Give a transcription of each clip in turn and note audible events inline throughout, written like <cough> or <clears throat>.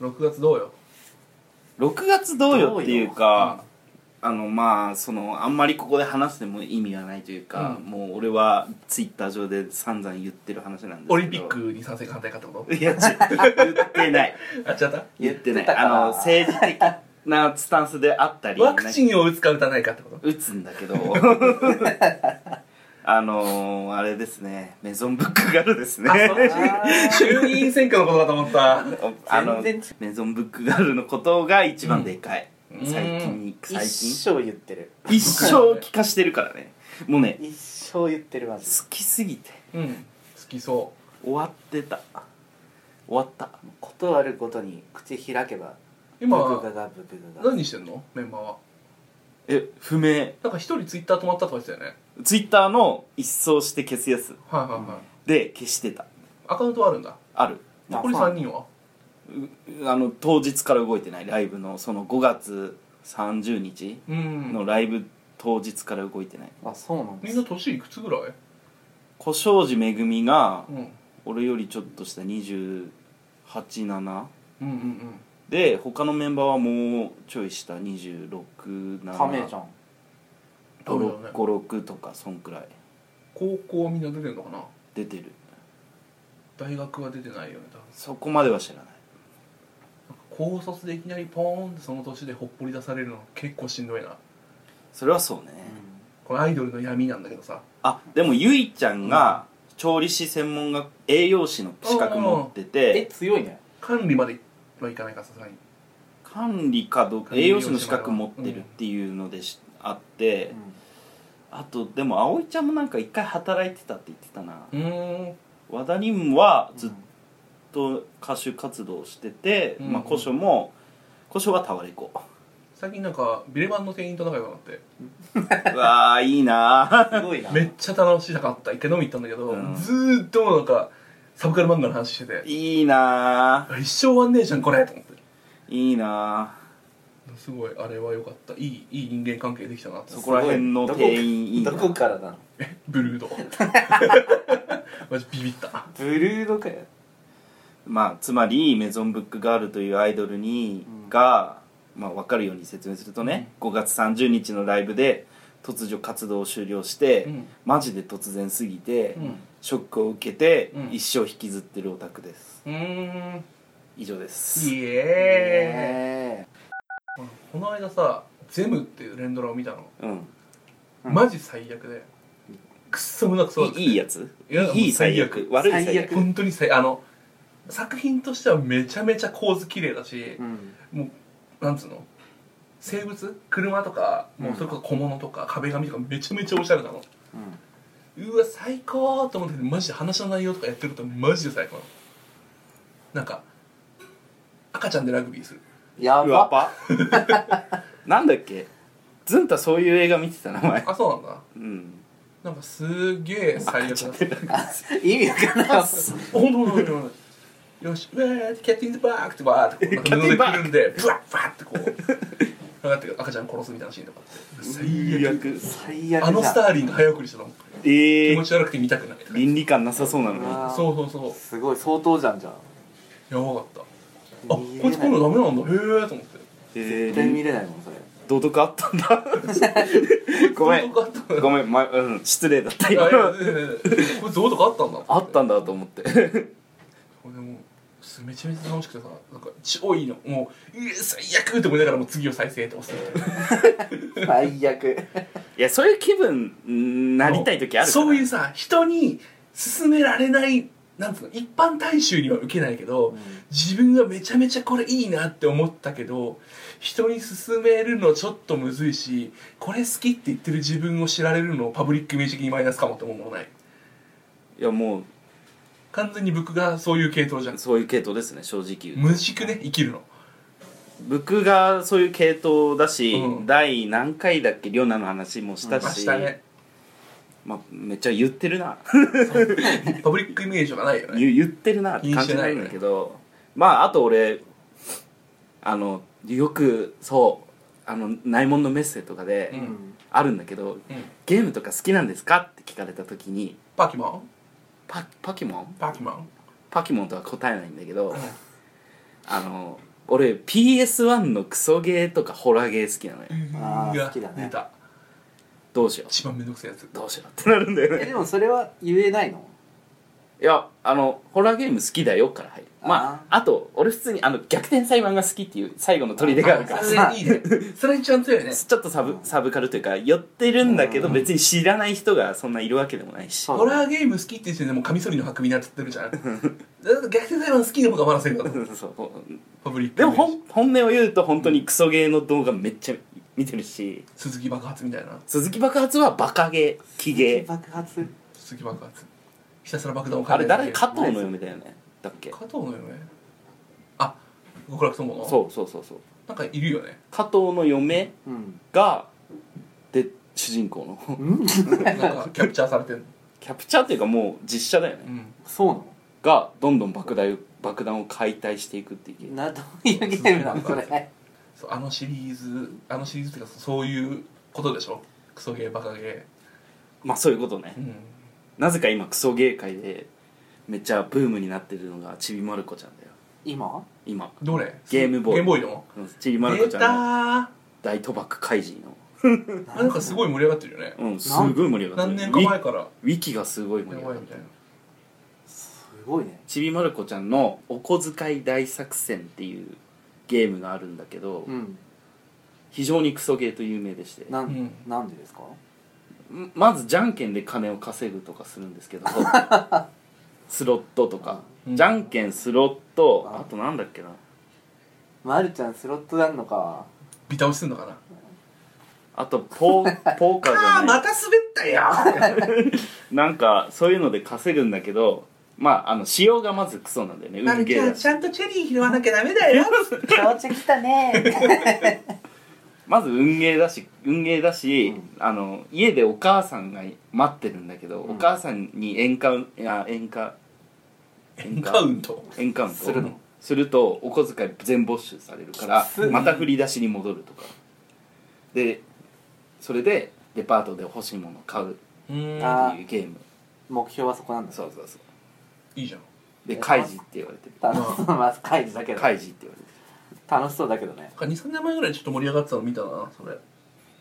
6月どうよ6月どうよっていうかあのまあそのあんまりここで話しても意味がないというか、うんもう俺はツイッター上で散々言ってる話なんですけどオリンピックに賛成反対かってこといやち言ってない <laughs> あ違った言ってな言っていたかなあの政治的なスタンスであったりワクチンンを打つか打たないかってこと打つんだけど <laughs> あのあれですねメゾンブックガールですね衆議院選挙のことかと思った <laughs> あの全然メゾンブックガールのことが一番でかい、うん最近に最一近生言ってる一生聞かしてるからねもうね一生言ってるマ好ジきすぎてうん好きそ終わってた終わったことあるごとに口開けばう今ブクガガブクガガ何してんのメンバーはえ不明なんか一人ツイッター止まったとか言ってたよねツイッターの一掃して消すやつはいはいはい、で消してたアカウントはあるんだあるあ残りそう3人はうあの当日から動いてないライブのその5月30日うんのライブ当日から動いてないあそうなんでみすんな年いくつぐらい小庄司めぐみがうん俺よりちょっとした287うんうんで他のメンバーはもうちょい下267カメじゃんそうだよね56とかそんくらい高校はみんな出てるのかな出てる大学は出てないよね多分そこまでは知らない高卒でいきなりポーンってその年でほっぽり出されるの結構しんどいなそれはそうね、これアイドルの闇なんだけどさあでもゆいちゃんが調理師専門学栄養士の資格持ってえて強いね管理まではいかないからさすがに管理かどうか管理栄栄養養士士のの資格持ってるっていうのでし、あって、あとでも葵ちゃんもなんか一回働いてたって言ってたな、うーん和田凛はずっうんと歌手活動してて、うんまあ古書も古書はタワレ <laughs> コ最近なんかビレバンの店員と仲良くなってうわあいいなすごいなめっちゃ楽しかった一回飲み行ったんだけど、うんずーっとなんかサブカル漫画の話しててーいいなー一生終わんねえじゃんこれと思っていいなすごいあれは良かったいいいい人間関係できたなってそこら辺の店員いいなどこからなのブルード <laughs> マジビビったブルードかよーまあつまりメゾンブックガールというアイドルに、うんが、まあ、分かるように説明するとね、5月30日のライブで突如活動を終了して、うんマジで突然すぎて、うんショックを受けて、うん一生引きずってるオタクですうーん以上ですイエえーイこの間さ「ゼム」っていう連ドラを見たの、うんうんマジ最悪でくっそ胸くそ悪くいていいいやついやいい最もう悪悪い最最悪悪本当に最あの作品としてはめちゃめちゃ構図綺麗だし、うんもうなんつうの生物車とかもうそれこそ小物とか壁紙とかめちゃめちゃおしゃれなのうんうわ最高と思ってマジで話の内容とかやってるとマジで最高なのなんか赤ちゃんでラグビーするやうわば <laughs> ぱなんだっけずんたそういう映画見てた名前あそうなんだうんなんかすげえ最悪だった意味わかんないほんとほんとほんとほんとよし、うわー、キャッティンズバークってバーってこう、なんか布でくるんで、ブワッバーってこう、上がって赤ちゃん殺すみたいなシーンとかあって最最悪。悪最悪だあのスターリンが早送りしたの、え気え持ち悪くて見たくない。倫理観なさそうなのにうわそうそうそう、すごい相当じゃんじゃんやばかった。あ、こ見いれつなこういうのダメなんだ、へーと思って。え絶対ー、見れないもんそれ道徳あったん <laughs> だごめん道徳あったごめん、まうん、失礼だったい今やいや、いやいやこいつどうとかあったんだ。あったんだと思ってこれでもすめちゃめちゃ楽しくてさなんか超いいのもう「うえ最悪!」って思いながらもう次を再生って押すみたいな最悪 <laughs> いやそういう気分になりたい時あるからそういうさ人に勧められないなんつうの一般大衆には受けないけど、自分がめちゃめちゃこれいいなって思ったけど人に勧めるのちょっとむずいしこれ好きって言ってる自分を知られるのパブリックミュージックにマイナスかもって思うものないいやも完全に僕がそういう系統じゃんうそういう系統ですね正直言うと無軸ね生きるの僕がそういう系統だし、うん第何回だっけリョナの話もした明し、日ねまあ、めっちゃ言ってるな <laughs> パブリックイメージがないよね言言ってるなって感じなんだけど、まああと俺あのよくそうあの内門のメッセとかで、うんあるんだけどうんゲームとか好きなんですかって聞かれた時にパキマンパパキモンパキマンパキモンとは答えないんだけど、うんあの俺 PS1 のクソゲーとかホラーゲー好きなのよあーうわ好きだね出たどうしよ一番めんどくさいやつうどうしようってなるんだよ <laughs> えねでもそれは言えないのいやあのホラーゲーム好きだよから入るまああと俺普通にあの逆転裁判が好きっていう最後の砦があるからそれいいねそれ一番強いねちょっとサブサブカルというか寄ってるんだけど別に知らない人がそんないるわけでもないしそうホラーゲーム好きって人でもうカミソリの白身になっちゃってる <laughs> じゃんだから逆転裁判好きの方がまだせるかとそうパブリックでも本本音を言うと本当にクソゲーの動画めっちゃ見てるし鈴木爆発みたいな鈴木爆発はバカゲーキゲー爆発鈴木爆発ひたすら爆弾をあれ誰だけ加藤の嫁だよねだっけ加藤の嫁あ極楽友のそうそうそうそうなんかいるよね加藤の嫁うんがで主人公の <laughs> なんかキャプチャーされてるキャプチャーっていうかもう実写だよね、うん <laughs> そうなのがどんどん爆弾を爆弾を解体していくっていうゲームなどういうゲームなのそれそうあのシリーズあのシリーズっていうかそういうことでしょクソゲーバカゲまあそういうことねー、うん、なぜか今クソゲー界でめっちゃブームになってるのがちびまる子ちゃんだよ今今どれゲームボーイゲームボーイのうんちびまる子出ちたゃんーの大賭博怪人のなんかすごい盛り上がってるよねうんすごい盛り上がって何る年か前からウィウィキがすごい盛やり上ばいがっみてたるいなすごいねちびまる子ちゃんの「お小遣い大作戦」っていうゲームがあるんだけど、うん非常にクソゲーと有名でしてなうんんなんでですかんまずじゃんけんで金を稼ぐとかするんですけどスロットとか、うんじゃんけんスロットうんあとなんだっけなまるちゃんスロットなんのかビタ押しすんのかなあとポーポーカーじ <laughs> ゃないた滑ったよなんかそういうので稼ぐんだけどまああの仕様がまずクソなんだよね運ゲーだしんとチェリー拾わなきゃダメだ <laughs> よ到着来たねまず運ゲーだし運ゲーだし、うんあの家でお母さんが待ってるんだけど、うおん母さんに演歌いや演歌エンカウントエンカウントするのするとお小遣い全没収されるからきついまた振り出しに戻るとかでそれでデパートで欲しいものを買うっうーんあていうゲーム <laughs> 目標はそこなんだそうそうそういいじゃんで開示って言われてる楽しそうまあ会議だけど開示って言われてる楽しそうだけどね23年前ぐらいちょっと盛り上がってたの見たなそれう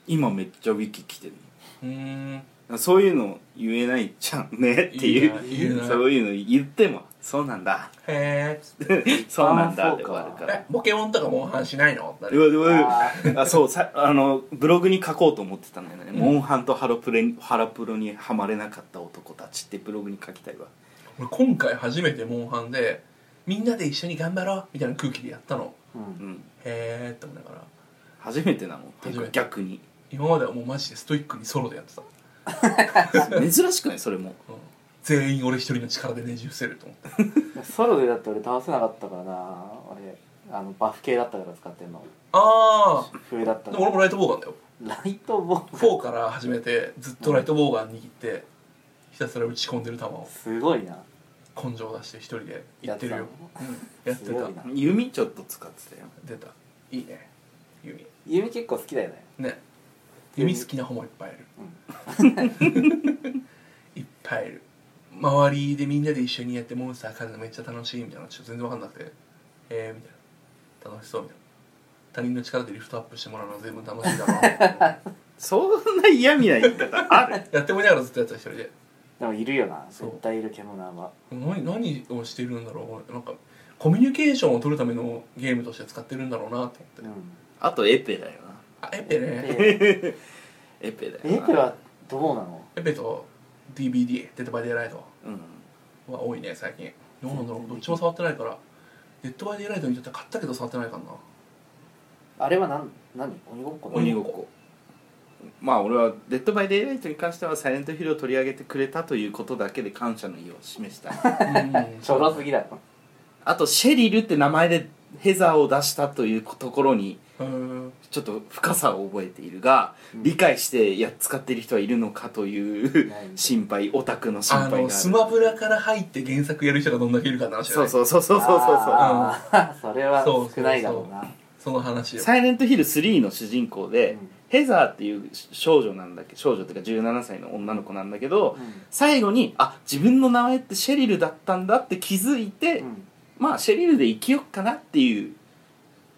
今めっちゃウィキ来てるーんそういうの言えないじゃんねってい言えうない言えないそういうの言ってもそうなん <laughs> だへーそうなんだあーで終わるかえら <laughs> ポケモンとかモンハンしないのうわうあわうわあそうさあのブログに書こうと思ってたんだよね、モンハンとハロプレハラプロにはまれなかった男たちってブログに書きたいわ俺今回初めてモンハンでみんなで一緒に頑張ろうみたいな空気でやったのううんんへえって思いながら初めてなのていうか逆に今まではもうマジでストイックにソロでやってた、う珍しくないそれもん全員俺一人の力でねじ伏せると思ってソロでだって俺倒せなかったからな俺あのバフ系だったから使ってんのあ笛だっあたでかも俺らもライトボーガンだよライトボール4から始めてずっとライトボーガン握ってひたすら打ち込んでる球をすごいな根性出して一人でやってるよややっってたてたのすごいな弓ちょっと使ってたよ出たいいね弓弓結構好きだよねね弓好きな方もいっぱいいる、 <laughs> いっぱいいる周りでみんなで一緒にやってモンスター狩るのめっちゃ楽しいみたいなちょっと全然わかんなくてえー、みたいな楽しそうみたいな他人の力でリフトアップしてもらうのは随分楽しいだろう <laughs> なそんな嫌味な言い方ある <laughs> やってもいながらずっとやってた一人ででもいるよなそう絶対いる獣は何何をしているんだろうなんかコミュニケーションを取るためのゲームとして使ってるんだろうなとう思ってんあとエペだよなあエペねでエペだよなエペはどうなのエペと DVD デッドバイデイライトうんは多いね最近どうなんだろうどっちも触ってないからデッドバイデイライトにとっては買ったけど触ってないからなあれは何何鬼ごっこ鬼ごっっこまあ俺は「デッド・バイ・デイ・ライト」に関してはサイレント・ヒルを取り上げてくれたということだけで感謝の意を示し <laughs> たうんちょろすぎだろあとシェリルって名前でヘザーを出したというところにうーんちょっと深さを覚えているが、理解してやっ使っている人はいるのかというない心配オタクの心あ配があるのスマブラから入って原作やる人がどんだけいるかって話だそねうそうそうそうそうそうあーそれは少ないだろうなその話よサイレントヒル3の主人公で、うんヘザーっていう少女なんだけど少女っていうか17歳の女の子なんだけど、うん最後にあ自分の名前ってシェリルだったんだって気づいて、うんまあシェリルで生きよっかなっていう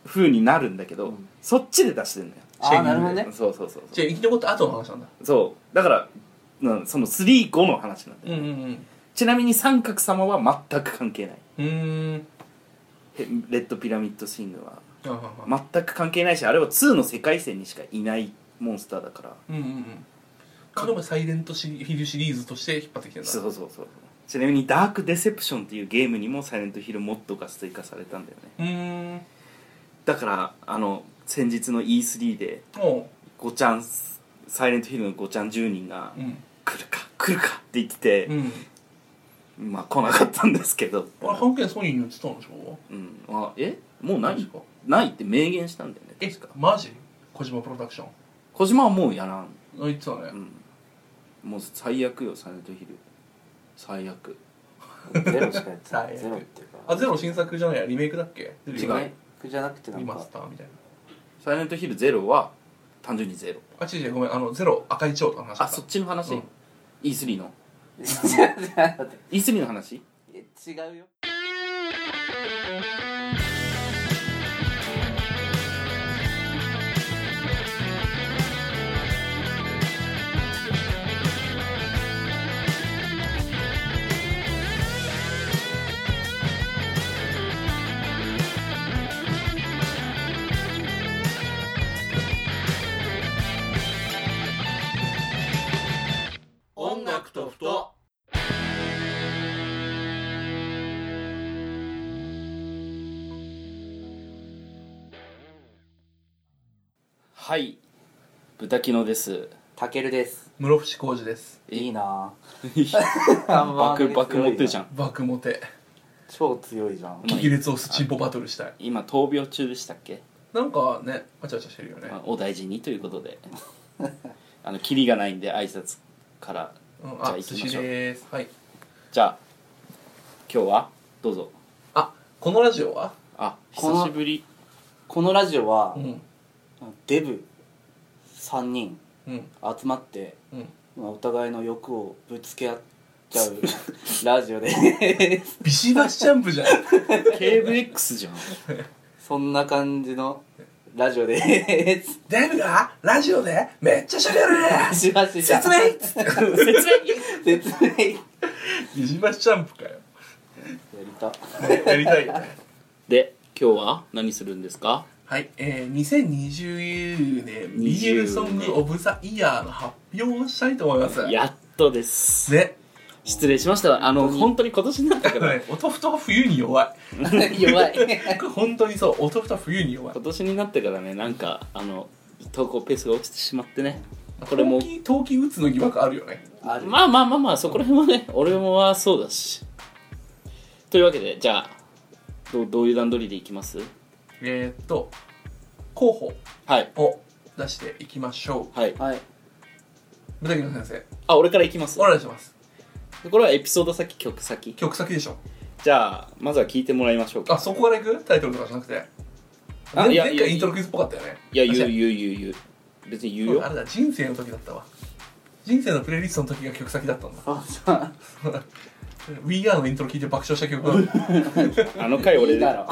風になるんだけど、うんそっちで出してんのよシェリーああなるほどえねそうそうそうじゃあ生き残った後の話なんだそうだからうんその3後の話なんうだんよ、うんちなみに三角様は全く関係ないうんうーんへレッドピラミッドシングはあはは全く関係ないしあれは2の世界線にしかいないモンスターだからうんうんうんこれもサイレントシリヒルシリーズとして引っ張ってきてんだそうそうそうそうちなみにダークデセプションっていうゲームにもサイレントヒルモッドが追加されたんだよねうーんだからあの先日の E3 でおうごちゃんサイレントヒルのごちゃん10人がうん「来るか来るか」って言ってうて、んまあ来なかったんですけど、あれ半券ソニーに売ってたんでしょうん、あえもうない確かないって明言したんだよねえ確かマジ小島プロダクションあ小島はもうやらん、言ってたね、うん、もう最悪よサイレントヒル最悪ゼロしかやってな最い悪ゼロっていうかあゼロ新作じゃないやリメイクだっけ違うリメイじゃなくてクなリんマかスターみたいなサイレントヒルゼロは単純にゼロあ違う違うごめんあのゼロ赤い蝶との話だあそっちの話、うん E3 の <laughs> 違う E3 の話違うよ音楽とふとはい豚キノ <laughs> ですたけるです室伏浩二ですいいなバぁクバク持ってるじゃんん爆モテ超強いじゃんまあ激烈オスチンポバトルしたい今闘病中でしたっけ、なんかねわちゃわちゃしてるよねまあ、お大事にということで <laughs> あのキリがないんで挨拶からうんじゃああ行寿きま司しょうでーすはいじゃあ今日はどうぞあこのラジオはあこの久しぶりこのラジオはうんデブ3人うん集まってうんまあお互いの欲をぶつけ合っち <laughs> ゃうラジオで <laughs> ビシバシジャンプじゃん <laughs> KVX じゃんそんな感じのラジオです <laughs> デブがラジオでめっちゃしゃべるねしばしじゃん <laughs> 説明説明やビシバシジャンプかよりた <laughs> ねやりたいよね <laughs> で今日は何するんですかはい、えー、2020年ビールソングオブザイヤーの発表をしたいと思いますやっとですね失礼しましたあの本当に今年になっただかかららね音ふとは冬に弱い <laughs> 弱い <laughs> 本当にそう音ふとは冬に弱い今年になってからねなんかあの投稿ペースが落ちてしまってねこれも冬季冬季うつの疑惑あるよねあるまあまあまあまあそこら辺はね俺もはそうだしというわけでじゃあどうどういう段取りでいきますえー、っと候補はいを出していきましょはいはいうん無敵の先生あ俺からいきますお願いしますこれはエピソード先曲先曲先でしょじゃあまずは聞いてもらいましょうかあそこからいくタイトルとかじゃなくてあ前いや前いや回イントロクイズっぽかったよねいやあ言う違言う言う言う別に言うそうだあよれだ人生の時だったわ人生のプレイリストの時が曲先だったんだそうそう We Are のイントロ聞いて爆笑した曲があ <laughs> るあの回俺いいだ <laughs> ろ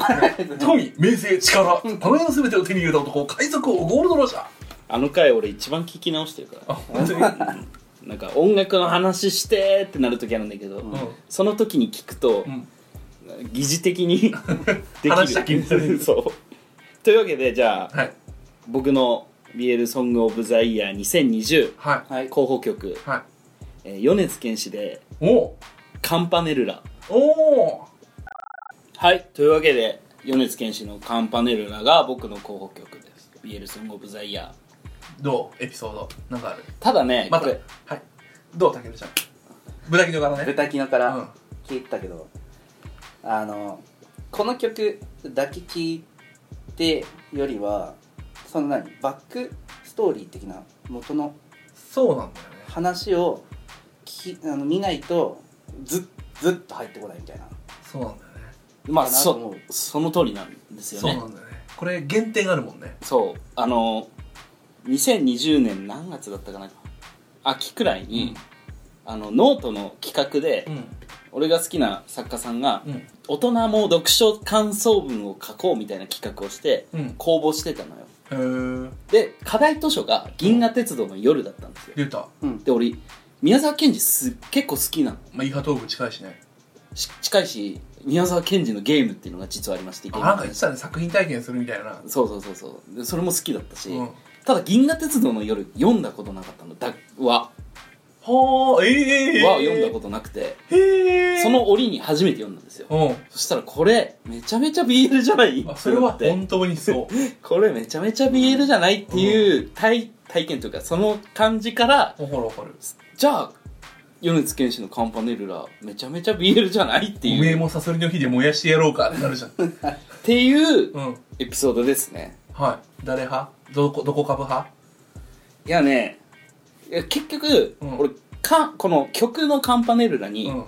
富、名声、力この世の全てを手に入れた男海賊王ゴールドロジャーあの回俺一番聞き直してるからあ本当になんか音楽の話してってなる時あるんだけど、んその時に聞くと、うん疑似的に <laughs> で話した気にするそうというわけでじゃあ、はい僕の BL ソング・オブ・ザ・イヤー2020はいはい候補曲、はいえー、米津玄師でおう「カンパネルラおー」はいというわけで米津玄師の「カンパネルラ」が僕の候補曲です BL ソング・オブ・ザ・イヤーどうエピソードなんかあるただねまたこれはいどうたけるちゃんブラキの柄ね豚キノかうらん聞いたけど、あのこの曲だけ聞いてよりはその何バックストーリー的な元のそうなんだよね話を聞きあの見ないとずずっと入ってこないみたいなそうなんだよねまあかなと思そうその通りなんですよそうねなんだよねこれ原点あるもんねそうあの2020年何月だったかな秋くらいに、あのノートの企画で、うん俺が好きな作家さんが、うん大人も読書感想文を書こうみたいな企画をして、うん公募してたのよへーで課題図書が「銀河鉄道の夜」だったんですよ出た、うんで俺宮沢賢治す結構好きなのまあ、イハトーブ近いしねし近いし宮沢賢治のゲームっていうのが実はありましてあゲームなんか言ってたね作品体験するみたいなそうそうそうそうでそれも好きだったし、うんただ「銀河鉄道の夜」読んだことなかったのだははあええは読んだことなくてとへえその折に初めて読んだんですようそしたらこれめちゃめちゃ BL じゃないんあそれはってなって本当にそう <laughs> これめちゃめちゃ BL じゃないっていう体体験というかその感じからわかるわかるじゃあ米津玄師のカンパネルラめちゃめちゃ BL じゃないっておめいえうっもサソリの火で燃やしてやろうかってな <laughs> るじゃんていううんエピソードですねはい誰派どこどこ株派いやねいや結局、うん俺かこの曲のカンパネルラにうん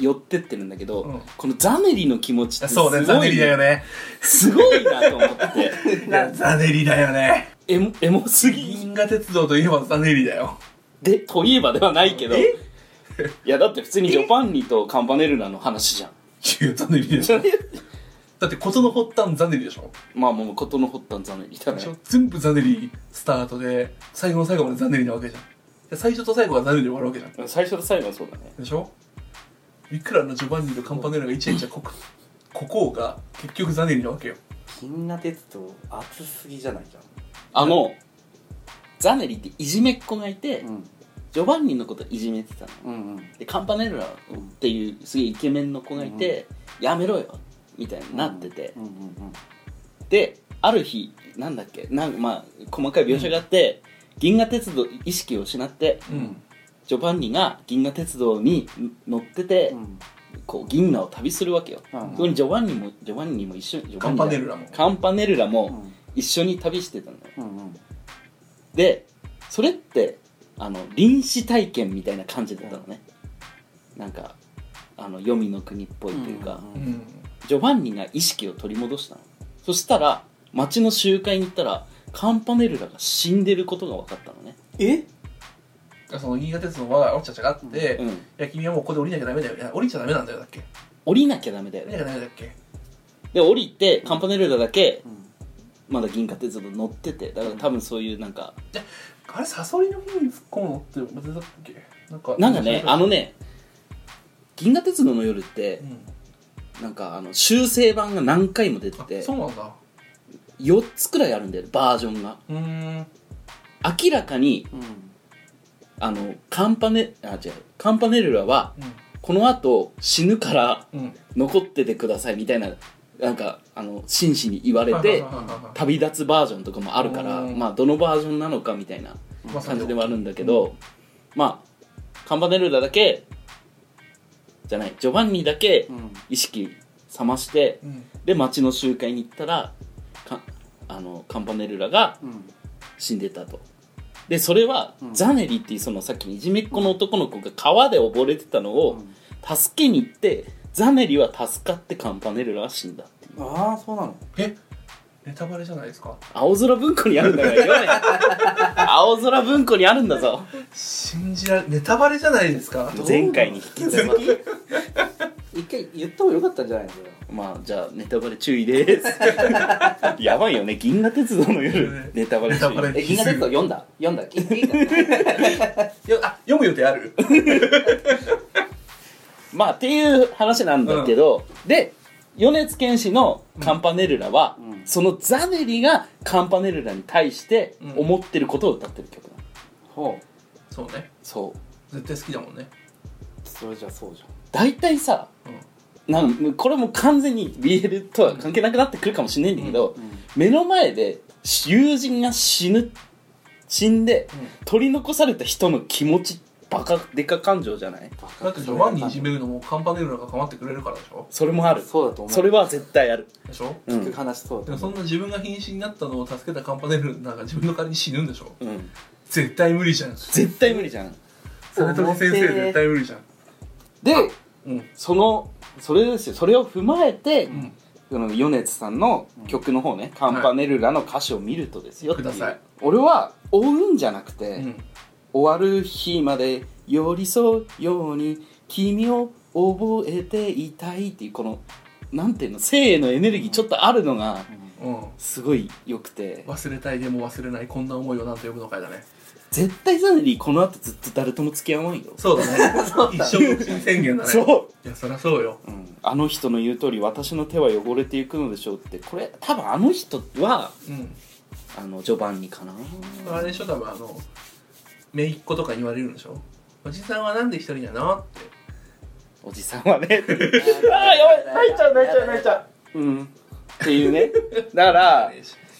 寄ってってるんだけど、うんこのザネリの気持ちってすそうごねいザネリだよねすごいなと思っ <laughs> ていやザネリだよねエモエモすぎ銀河鉄道といえばザネリだよでといえばではないけどえいやだって普通にジョパンニとカンパネルラの話じゃんいやザネリでしょだって事の発端ザネリでしょまあもう事の発端ザネリだねでしょ全部ザネリスタートで最後の最後までザネリなわけじゃんで最初と最後がザネリで終わるわけじゃん最初と最後はそうだねでしょいくらのジョバンニとカンパネラがイチャイチャこくここうが結局ザネリなわけよ銀河鉄道熱すぎじゃないじゃあのザネリっていじめっ子がいて、ん、うん、ジョバンニのこといじめてたのうんうんでカンパネルラっていうすげえイケメンの子がいて、やめろよみたいになってて、うんうんである日なんだっけなんまあ細かい描写があって、銀河鉄道意識を失ってうんジョバンニが銀河鉄道に乗ってて、うんうんこう銀河を旅するわけよ、うんそこにジョバンニもジョバンニも一緒にジョバンニカンパネルラもカンパネルラうもん一緒に旅してたのようんうんでそれってあの臨死体験みたいな感じだったのね、なんかあの黄泉の国っぽいというか、んうんんジョバンニが意識を取り戻したのそしたら町の集会に行ったらカンパネルラが死んでることが分かったのねえその銀河鉄道の我がおっちゃちゃがあって、ういんや君はもうここで降りなきゃダメだよいや降りちゃダメなんだよだっけ降りなきゃダメだよ降りなねきゃダメだっけで降りてカンパネルラだけうんまだ銀河鉄道乗っててだから多分そういうなんかあれサソリの日に突っ込むのって別だっけなんかなんかねあのね銀河鉄道の夜ってうんなんかあの修正版が何回も出てあてそうなんだ4つくらいあるんだよバージョンがうーん明らかにうんあのカンパネあ違うカンパネルラはこのあと死ぬからうんうん残っててくださいみたいななんかあの真摯に言われてはいはいはいはい旅立つバージョンとかもあるからうんまあどのバージョンなのかみたいなまあ感じではあるんだけどまあカンパネルラだけじゃないジョバンニだけうん意識覚ましてうんで町の集会に行ったらかあのカンパネルラがうん死んでたとでそれは、うんザネリっていうそのさっきのいじめっ子の男の子が川で溺れてたのをうん助けに行ってザネリは助かってカンパネルラは死んだっていうああそうなのえネタバレじゃないですか青空文庫にあるんだから言わない <laughs> 青空文庫にあるんだぞ信じられネタバレじゃないですかどう前回に引き続き <laughs> 一回言った方がよかったんじゃないのそれはまあじゃあネタバレ注意です <laughs> やばいよね銀河鉄道の夜ネタバレ注意ネタバレえ銀河鉄道読んだ読んだ聞いていいか <laughs> よあ読む予定あるまあっていう話なんだけど、で米津玄師のカンパネルラは、うんそのザネリがカンパネルラに対してうん思ってることを歌ってる曲なのほうそうねそう絶対好きだもんねそれじゃそうじゃん大体さうなんこれも完全に BL とは関係なくなってくるかもしれないんだけど、うん目の前で友人が死ぬ死んで、うん取り残された人の気持ちバカデカ感情じゃないバんだってジョバンニいじめるのもカンパネルラが構ってくれるからでしょそれもあるそうだと思うそれは絶対ある、でしょう聞くん話そうでだもとそ思んな自分が瀕死になったのを助けたカンパネルラが自分の代わりに死ぬんでしょうん、絶対無理じゃん絶対無理じゃんそれとも先生絶対無理じゃんでうんそのそれですよそれを踏まえて、うんその米津さんの曲の方ね、カンパネルラの歌詞を見るとですよっていうください俺は追うんじゃなくて、うん終わる日まで寄り添うように君を覚えていたいっていうこのなんていうの生へのエネルギーちょっとあるのがうんすごい良くて忘れたいでも忘れないこんな思いをなんと呼ぶのかいだね絶対ザネリーこの後ずっと誰とも付き合わないよそうだね <laughs> 一生独身宣言だねそういやそりゃそうようんあの人の言う通り私の手は汚れていくのでしょうってこれ多分あの人はうんあの序盤にかなあれでしょ多分あの姪っ子とかに言われるんでしょおじさんはなんで一人なのっておじさんはねああーやばい泣いちゃう泣いちゃう泣いちゃううんっていうねだから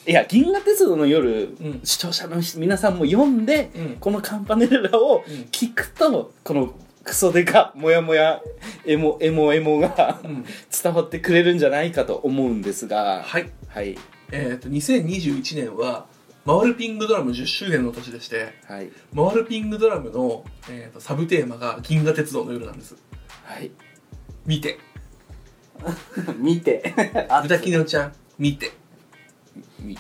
いや「銀河鉄道の夜」うん視聴者の人皆さんも読んで、うんこのカンパネラをうん聞くと、このクソデカモヤモヤエモエモエモがうん伝わってくれるんじゃないかと思うんですがはいはいえっ、と2021年は回るピングドラム10周年の年でしてはい回るピングドラムの、えー、とサブテーマが「銀河鉄道の夜」なんですはい見て見てあ豚キノちゃん見てみ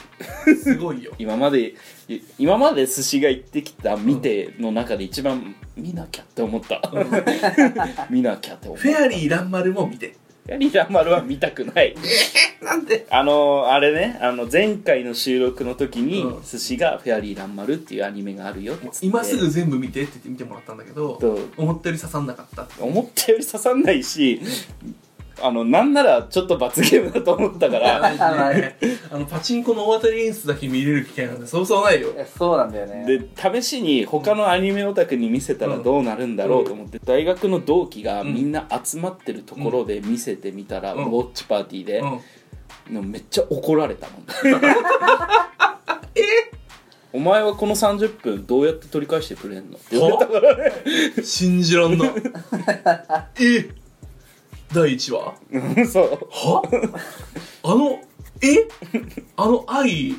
すごいよ今までい今まで寿司が行ってきた見ての中で一番見なきゃって思 <laughs> った、 <laughs> うんフ見なきゃって思ったェアリー蘭丸も見てヤリランマルは見たくないなんであのあれねあの前回の収録の時に、うん寿司が「フェアリーランマル」っていうアニメがあるよって今すぐ全部見てって言って見てもらったんだけどと思ったより刺さんなかった思ったより刺さんないしあのなんならちょっと罰ゲームだと思った <laughs> からあのねあのパチンコの大当たり演出だけ見れる機会なんてそうそうないよいやそうなんだよねで試しに他のアニメオタクに見せたらどうなるんだろうと思って、大学の同期がみんな集まってるところで見せてみたら、うんウォッチパーティーで、うんでもめっちゃ怒られ <laughs> たもんえお前はこの30分どうやって取り返してくれんのって言われたからね信じらん <laughs> ないえ第1話うん <laughs> そうはあのえあの愛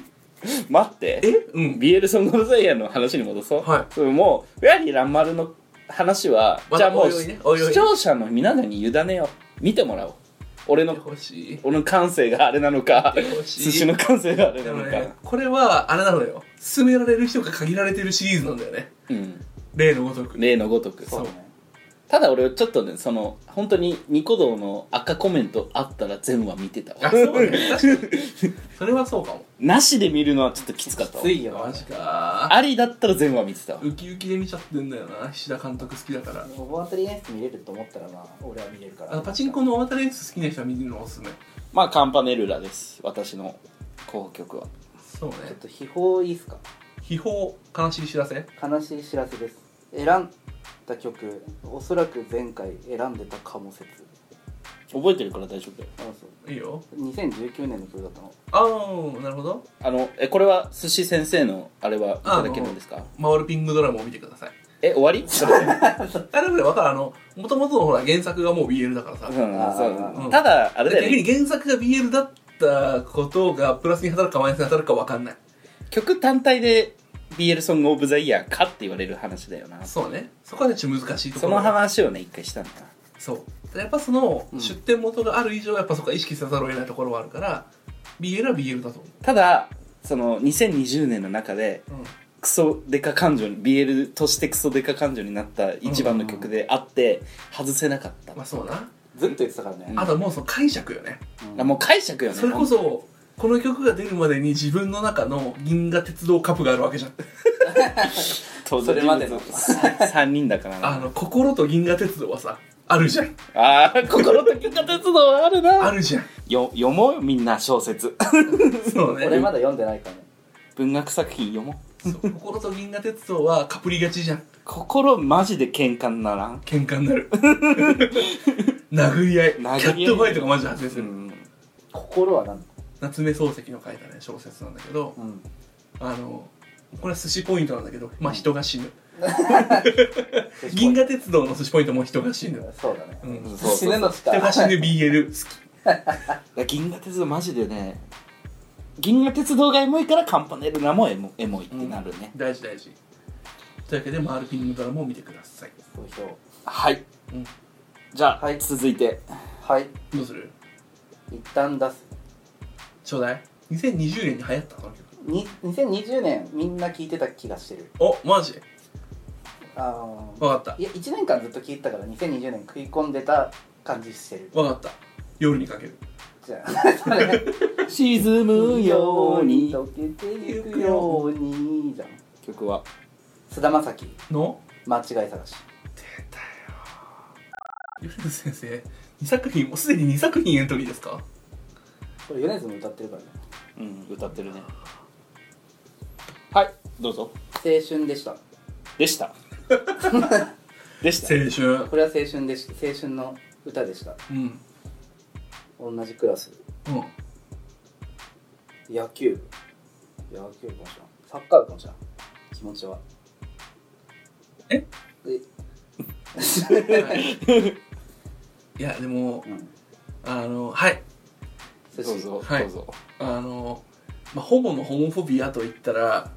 待ってえうんビエルソン・ゴルザイアの話に戻そう、はいそれもうフェアリー・ランマルの話は、まじだゃあもおういおいねおいおい視聴者の皆さんに委ねよう見てもらおう俺の欲しい俺の感性があれなのか欲しい寿司の感性があれでなのもか、ねこれはあれなのよ勧められる人が限られてるシリーズなんだよねうん例のごとく例のごとくそうねただ俺ちょっとねその本当にニコ動の赤コメントあったら全話見てたあわそうね確かにそれはそうかもなしで見るのはちょっときつかったわついよマジかありだったら全話見てたわウキウキで見ちゃってんだよな菱田監督好きだから大当たり演出見れると思ったらな俺は見れるからあのパチンコの大当たり演出好きな人は見るのおすすめまあカンパネルラです私の候補曲はそうちょねっと秘宝いいっすか秘宝悲しい知らせ悲しい知らせです選んだ曲おそらく前回選んでたかも説覚えてるから大丈夫だよあそいいよう2019年の曲だったのああなるほどあのえこれは寿司先生のあれはいただけるんですか回るピングドラムを見てくださいえ終わ <laughs> りあれもね分かるあのもともとのほら原作がもう BL だからさ、うんそううんただあれだよ逆ねに原作が BL だったことがプラスに働くかマイナスに働くか分かんない曲単体で BL ソングオブザイヤーかって言われる話だよなそそうねそこはねちょっと難しいところのが話をね一回したんだそうやっぱそのうん出典元がある以上やっぱそこは意識せざるを得ないところはあるから BL は BL だと思ただその2020年の中でう、うんクソデカ感情に BL としてクソデカ感情になった一番の曲であって外せなかった、まあそうなずっと言ってたからね、あともうその解釈よねうんあもう解釈よねそれこそこの曲が出るまでに自分の中の銀河鉄道カップがあるわけじゃんとそれまでの3人だからなあの心と銀河鉄道はさあるじゃんあー心と銀河鉄道はあるなあるじゃんよ読もうよみんな小説そうね俺まだ読んでないからね文学作品読もうそう心と銀河鉄道はかぶりがちじゃん心マジで喧嘩にならん、喧嘩にな <laughs> る殴り合い殴り合いキャットファイトがマジで発生すうる、ん、心は何夏目漱石の書いたね小説なんだけど、うんあのこれは寿司ポイントなんだけどまあ人が死ぬ、銀河鉄道の寿司ポイントも人が死ぬ、そうだね、うん、人そうそう死ぬのしかが死ぬ BL 好きいや銀河鉄道マジでね銀河鉄道がエモいからカンパネルナもエモエモいってなるね、大事大事というわけでマールピングドラムを見てください投票はい、うんじゃあ、はい続いてはいどうする一旦出すちょうだい2020年に流行ったその曲に2020年みんな聴いてた気がしてるおマジあの分かったいや1年間ずっと聞いてたから2020年食い込んでた感じしてる分かった夜にかけるじゃあそれ沈むように溶けてゆくようにじゃん曲は菅田将暉の間違い探し米津先生2作品もうすでに2作品エントリーですかこれ米津も歌ってるからねうん歌ってるねはいどうぞ青春でしたで <laughs> したでした青春これは青春でした青春の歌でしたうんうん同じクラス野球部野球部かもしれんサッカー部かもしれん気持ちはええいやでもうんあのはい寿どう司ぞ、はいどうぞあの、まあ、ホモのホモフォビアと言ったら、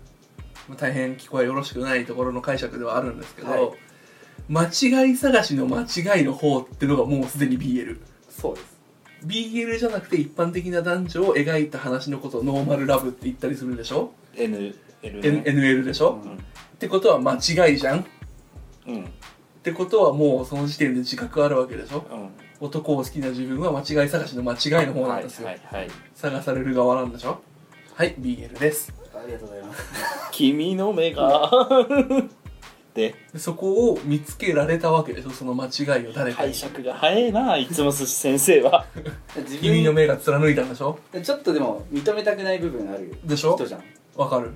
まあ、大変聞こえよろしくないところの解釈ではあるんですけど、はい間違い探しの間違いの方ってのがもうすでに BL。そうです BL じゃなくて一般的な男女を描いた話のことをノーマルラブって言ったりするでしょ、 NL ね N- ?NL でしょ、うんってことは間違いじゃんっうんうんてことはもうその時点で自覚あるわけでしょ男を好きな自分は間違い探しの間違いの方なはんいですよ。はいはい探される側なんでしょはい BL です。ありがとうございます君の目が <laughs> ででそこを見つけられたわけでしょその間違いを誰かに解釈が早いないつも寿司先生は自 <laughs> 君の分目が貫いたんでしょちょっとでも認めたくない部分あるよでしょ人じゃんわかる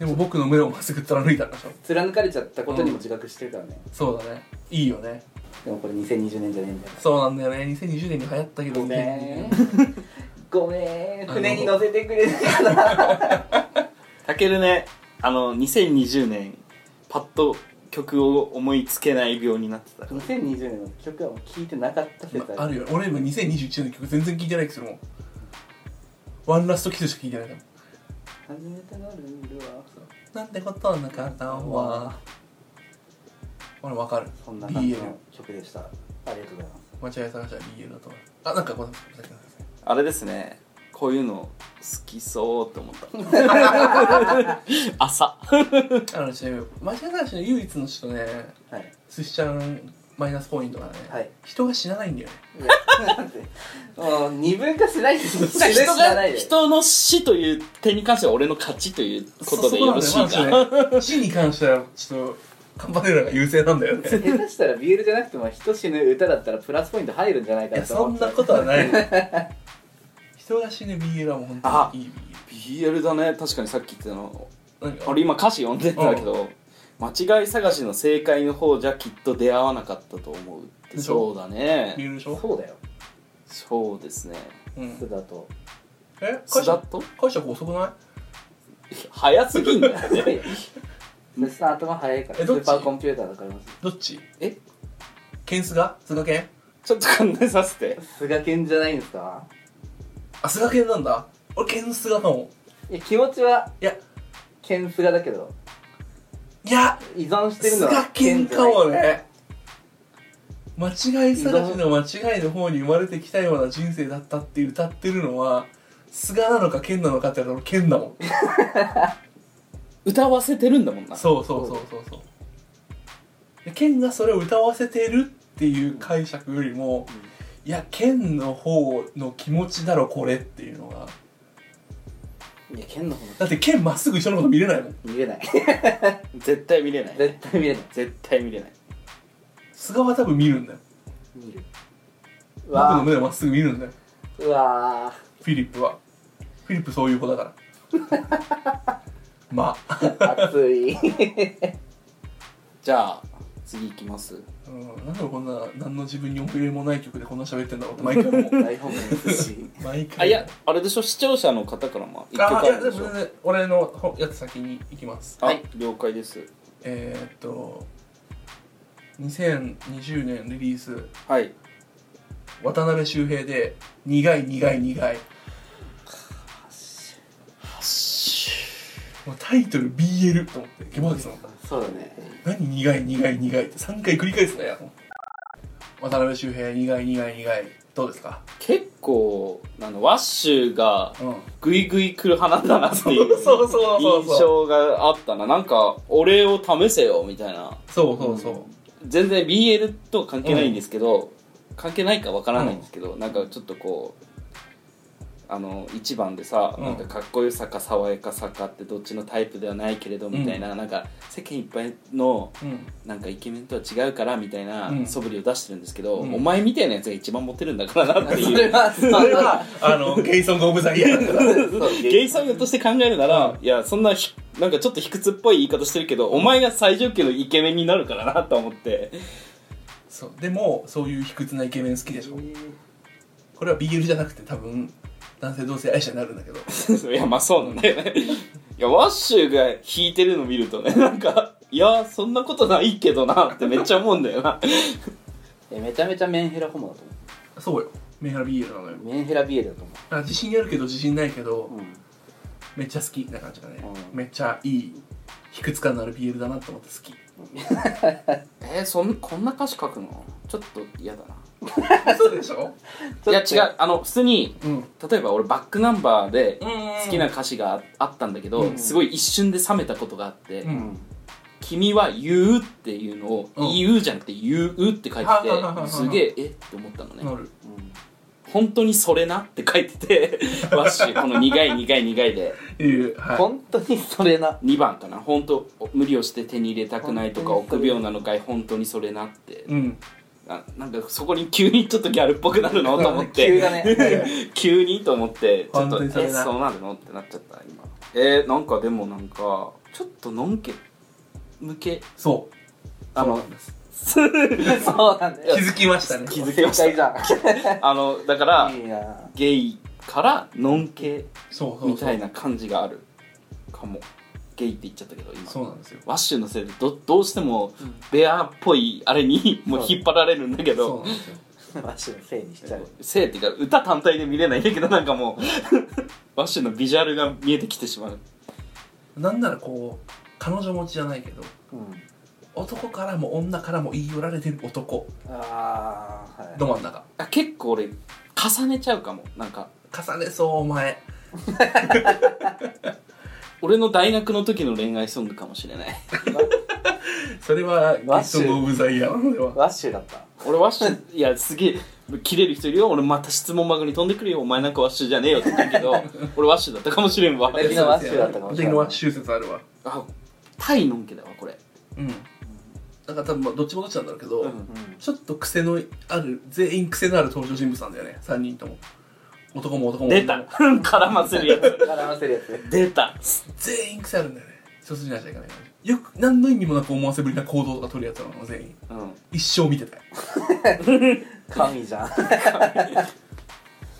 でも僕の目をまっすぐ貫いたんでしょ貫かれちゃったことにも自覚してるからね、そうだねいいよねでもこれ2020年じゃねえんだよそうなんだよね2020年に流行ったけどごめんごめんあの船に乗せてくれないかな <laughs> たけるねあの2020年パッと曲を思いつけない病になってたから2020年の曲はもう聴いてなかった説あるよ俺今2021年の曲全然聴いてないけどもんワンラストキスしか聴いてないから初めてのルールはなんてことなかったわ俺わかるそんな感じ BL の曲でしたありがとうございます間違い探しは BL だと思うあなんかごめんなさいごめんなさいあれですねこういうの好きそうって思った <laughs> 朝あのちなみに間違い探しの唯一の人ねはい寿司ちゃんマイナスポイントがね、はい人が死なないんだよねいやなんで <laughs> もう二分化しないで人人が <laughs> 人の死という点に関しては俺の勝ちということでよろしいそこかなんだよマジで死に関してはちょっとカンパネラが優勢なんだ <laughs> よね下手したらビールじゃなくても人死ぬ歌だったらプラスポイント入るんじゃないいかやなそんなと思こっとはない人が死ぬ BL はもう本あ当にいい BL だね確かにさっき言ってたの BL なんか俺今歌詞読んでたけど、間違い探しの正解の方じゃきっと出会わなかったと思うってでしょそうだね BL でしてょ、そうだよそうですねうん須、田とえ解スダッ釈と解釈遅くない早すぎんだよいやいねや須田さん頭早いからスえどっちーパーコンピューターだからますどっちえケンスが菅ガケン <laughs> ちょっと考えさせて菅健じゃないんですかあ菅ケンなんだ俺ケンスがかもいや気持ちはいや健菅だけどいや依存してるの菅は健じゃなかいもね間違い探しの間違いの方に生まれてきたような人生だったって歌ってるのは菅なのか健なのかって言ったら俺健だもん歌わせてるんだもんなそうそうそうそうそうで健がそれを歌わせてるっていう解釈よりも、いや健の方の気持ちだろこれっていうのがいや健の方だって健まっすぐ一緒のこと見れないもん見れない <laughs> 絶対見れない絶対見れない絶対見れない菅は多分見るんだよ見るう僕わのー目をまっすぐ見るんだようわフィリップはフィリップそういう子だから <laughs> まあー熱いじゃあ次行きますうん、なんでこんな何の自分に思い入れもない曲でこんな喋ってんだろうって毎回思う台本もですし毎回あいやあれでしょ視聴者の方からも一曲あいあやるでもでしょ全然俺のほやつ先に行きますあ、はい了解ですえー、っと2020年リリースはい渡辺周平で「苦い苦い苦いもうタイトル BL」と思ってゲボ吐きそうになっそうだねた何苦い苦い苦いって3回繰り返すなや渡辺周平苦い苦い苦いどうですか結構あのワッシュがうんグイグイ来る花だなっていう <laughs> そうそうそうそう印象があったななんか俺を試せよみたいなそうそうそう全然 BL と関係ないんですけど、関係ないかわからないんですけど、なんかちょっとこうあの一番でさ、うんなんかかっこよさか爽やかさかってどっちのタイプではないけれどみたいな、なんか世間いっぱいのうんなんかイケメンとは違うからみたいなうん素振りを出してるんですけど、うんお前みたいなやつが一番モテるんだからなってそいれうはそそれはあの <laughs> ゲイソング・オブ・ザ・イヤーだからゲイソングとして考えるなら、ういやそんなひなんかちょっと卑屈っぽい言い方してるけど、お前が最上級のイケメンになるからなと思ってそうでもそういう卑屈なイケメン好きでしょこれは BL じゃなくて多分男性同性愛者になるんだけど <laughs> いやまあそうなんだよねいやワッシュが弾いてるの見るとね <laughs> なんかいやそんなことないけどなってめっちゃ思うんだよなえめちゃめちゃメンヘラホモだとそ思うよメンヘラ BL なのようメンヘラビエルだと思あ自信あるけど自信ないけど、う、うん、めっちゃ好きな感じだね、うんめっちゃいい卑屈感のある BL だなと思って好 <laughs> きえー、そんこんな歌詞書くのちょっと嫌だなそうでしょいや違うあの普通にうん例えば俺バックナンバーで好好きな歌詞がああったんだけど、うんすごい一瞬で冷めたことがあって「うんうん君は言う」っていうのを「うん言う」じゃなくて「言う」って書いはていはいはいはていすげええって思ったのねなるうん本当にそれなって書いててワッシュこの苦い苦い苦いでいうはい本当にそれな2番かな本当無理をして手に入れたくないとか本当に臆病なのかい本当にそれなって、うんあなんかそこに急にちょっとギャルっぽくなるのと思っ急て <laughs> だね急にと思ってちょっ本と当えにそれなそうなるのってなっちゃった今えー、なんかでもなんかちょっとのんけ向けそうあそうのなんですそうなんだ気よづきましたね気づきました正解じゃあのだ <laughs> からん <laughs> いいなゲイからのんけそうそうそうみたいな感じがあるかもゲイって言っちゃったけど今そうなんですよワッシュのせいでどどうしてもベアっぽいあれにもう引っ張られるんだけそうなんどですよマシのせいにしちゃうせいっていうか歌単体で見れないんだけどなんかもう <laughs> ワッシュのビジュアルが見えてきてしまうなんならこう彼女持ちじゃないけどうん男からも女からも言い寄られてる男ああはいど真ん中あ結構俺重ねちゃうかもなんか重ねそうお前俺の大学の時の恋愛ソングかもしれ <laughs> ないそれはマッゲシスュトのオブザイヤーなのではワッシュだった俺ワッシュいやすげえ切れる人いるよ俺また質問幕に飛んでくるよお前なんかワッシュじゃねえよって言うけ <laughs> ど俺ワッシュだったかもしれんわえみんなワッシュだったかもしれな私いのワッシュ説あるわあタイのんけだわこれ、うんだから多分まあどっちもどっちなんだろうけど、うんうんちょっと癖のある全員癖のある登場人物なんだよね3人とも男も男も出た <laughs> 絡ませるやつ絡ませるやつ出た全員癖あるんだよね一筋縄じゃいかない感じよく何の意味もなく思わせぶりな行動とか取るやつなの全員うん一生見てたい神じゃん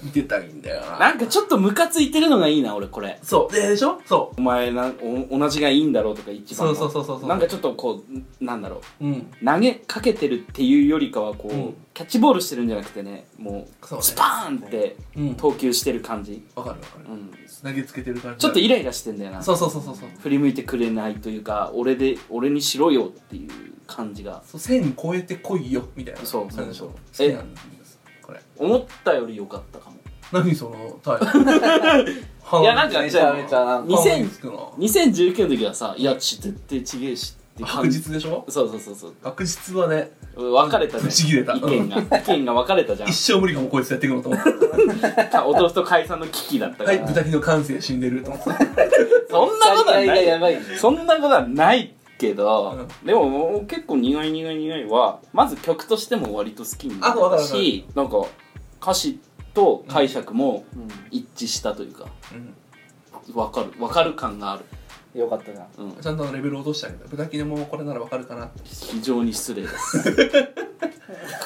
見てたいんだよななんかちょっとムカついてるのがいいな俺これそうででしょそお前なんお同じがいいんだろうとか一番のそうそうそうそうそうなんかちょっとこうなんだろうううん投げかけてるっていうよりかはこう、うんキャッチボールしてるんじゃなくてねもそううねスパーンってうん投球してる感じ、わかるわかる、うん、投げつけてる感じちょっとイライラしてんだよなそうそうそうそうそう振り向いてくれないというか俺で俺にしろよっていう感じがそう線超えてこいよみたいなそうれでしょ好そうきなんですこれ思ったより良かったかも何そのタイプいやなんかめちゃめちゃなんか2000つくの2019の時はさ「いやち絶対ちげえし」って確感じ実でしょそうそうそうそう確実はね分かれたじゃんぶち切れた意見が意見が分かれたじゃん一生無理かもこいつやっていくのと思ってか弟と解散の危機だったかはいら、豚キの感性死んでると思ってそんなことはがないやばいそんなことはないけど、でももう結構「苦い苦い苦い」はまず曲としても割と好きになあわかるわかったるしなんか歌詞と解釈もうん一致したというかうん分かる分かる感がある、よかったじゃんうん、ちゃんとレベル落としてあげた豚キのもこれならわかるかなって非常に失礼です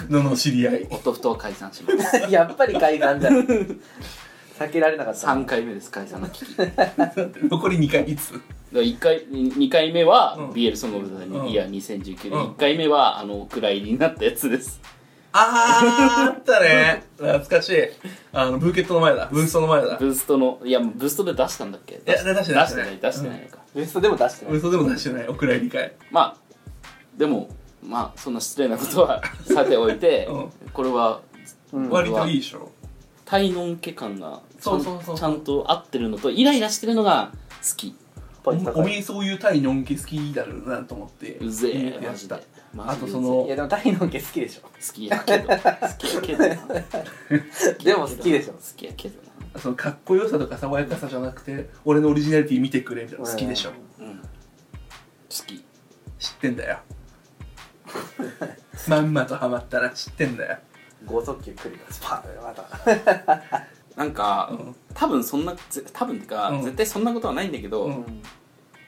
のの知り合い弟とは解散します <laughs> やっぱり海岸じゃん避けられなかった3な回目です解散の危機残り2回いつ1回2回目はうん BL ソングオブザうんイヤー2019でうん1回目はあのお蔵入りになったやつですあーあったね懐かしいあのブーケットの前だブーストの前だブーストのいやブーストで出したんだっけいや出してない出してない出出ししててなないいのかウエストでも出してない嘘でも出してないお蔵入り会まあでもまあそんな失礼なことはさておいてうんこれはうんわ割といいでしょ体のんけ感がちゃんそうそうそうちゃんと合ってるのとイライラしてるのが好きおポイントお高めいえそういう対のんけ好きだろうなと思ってうぜえやマっジたでマジであとそうぜのいやでも大のんけ好きでしょえ好きやけど好きやけどな <laughs> でも好きでしょ好きやけどなそのかっこよさとか爽やかさじゃなくて俺のオリジナリティ見てくれみたいな好きでしょうん好き知ってんだよ <laughs> まんまとハマったら知ってんだよ剛速球来るよスパーンまたなんか、うん多分そんなぜ多分ってか、うん絶対そんなことはないんだけど、うん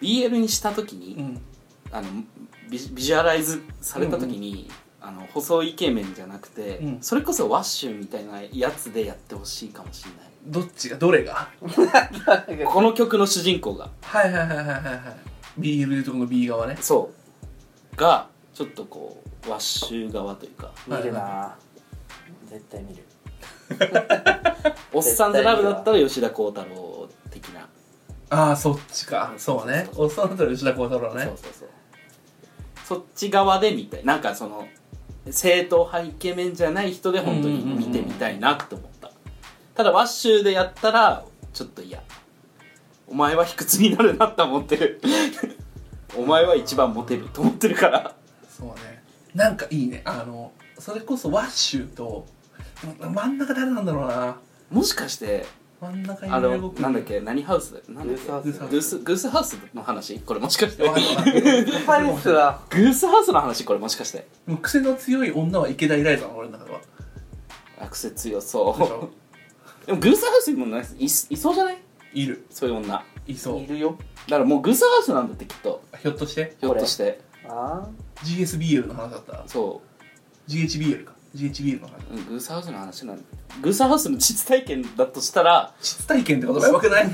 BL にした時に、うんあのビジビジュアライズされた時に、あの細いイケメンじゃなくて、うんそれこそワッシュみたいなやつでやってほしいかもしれないどっちがどれがこの曲の主人公がはいはいはいはいはいはい BL でとこの B 側ねそうがちょっとこうワッシュ側というか見るな絶対見るおっさんずラブだったら吉田鋼太郎的な、ああそっちかそうねそおっさんだったら吉田鋼太郎そうねそうそうそっち側でみたいなんかその正統派イケメンじゃない人で本当に見てみたいなって思ったただワッシュでやったらちょっと嫌お前は卑屈になるなって思って <laughs> るお前は一番モテると思ってるからそうねなんかいいねあのそれこそワッシュとな真ん中誰なんだろうなもしかして真ん中にあ動のくなんだっけ何ハウスだなんだっけグースハウスグースグースハウスの話これもしかしてわかんないわ <laughs> かんないスパイスはグースハウスの話これもしかしてもう癖の強い女は池田イライザなの俺の中ではアクセ強でし <laughs> ょそうでもグースハウスにもないいいそうじゃないいるそういう女いそういるよだからもうグースハウスなんだってきっとひょっとしてひょっとしてああ GSBL の話だったそ GHBL か GHBL の話ううんグースハウスの話なんだグースハウスの実体験だとしたら実体験ってことがやばくない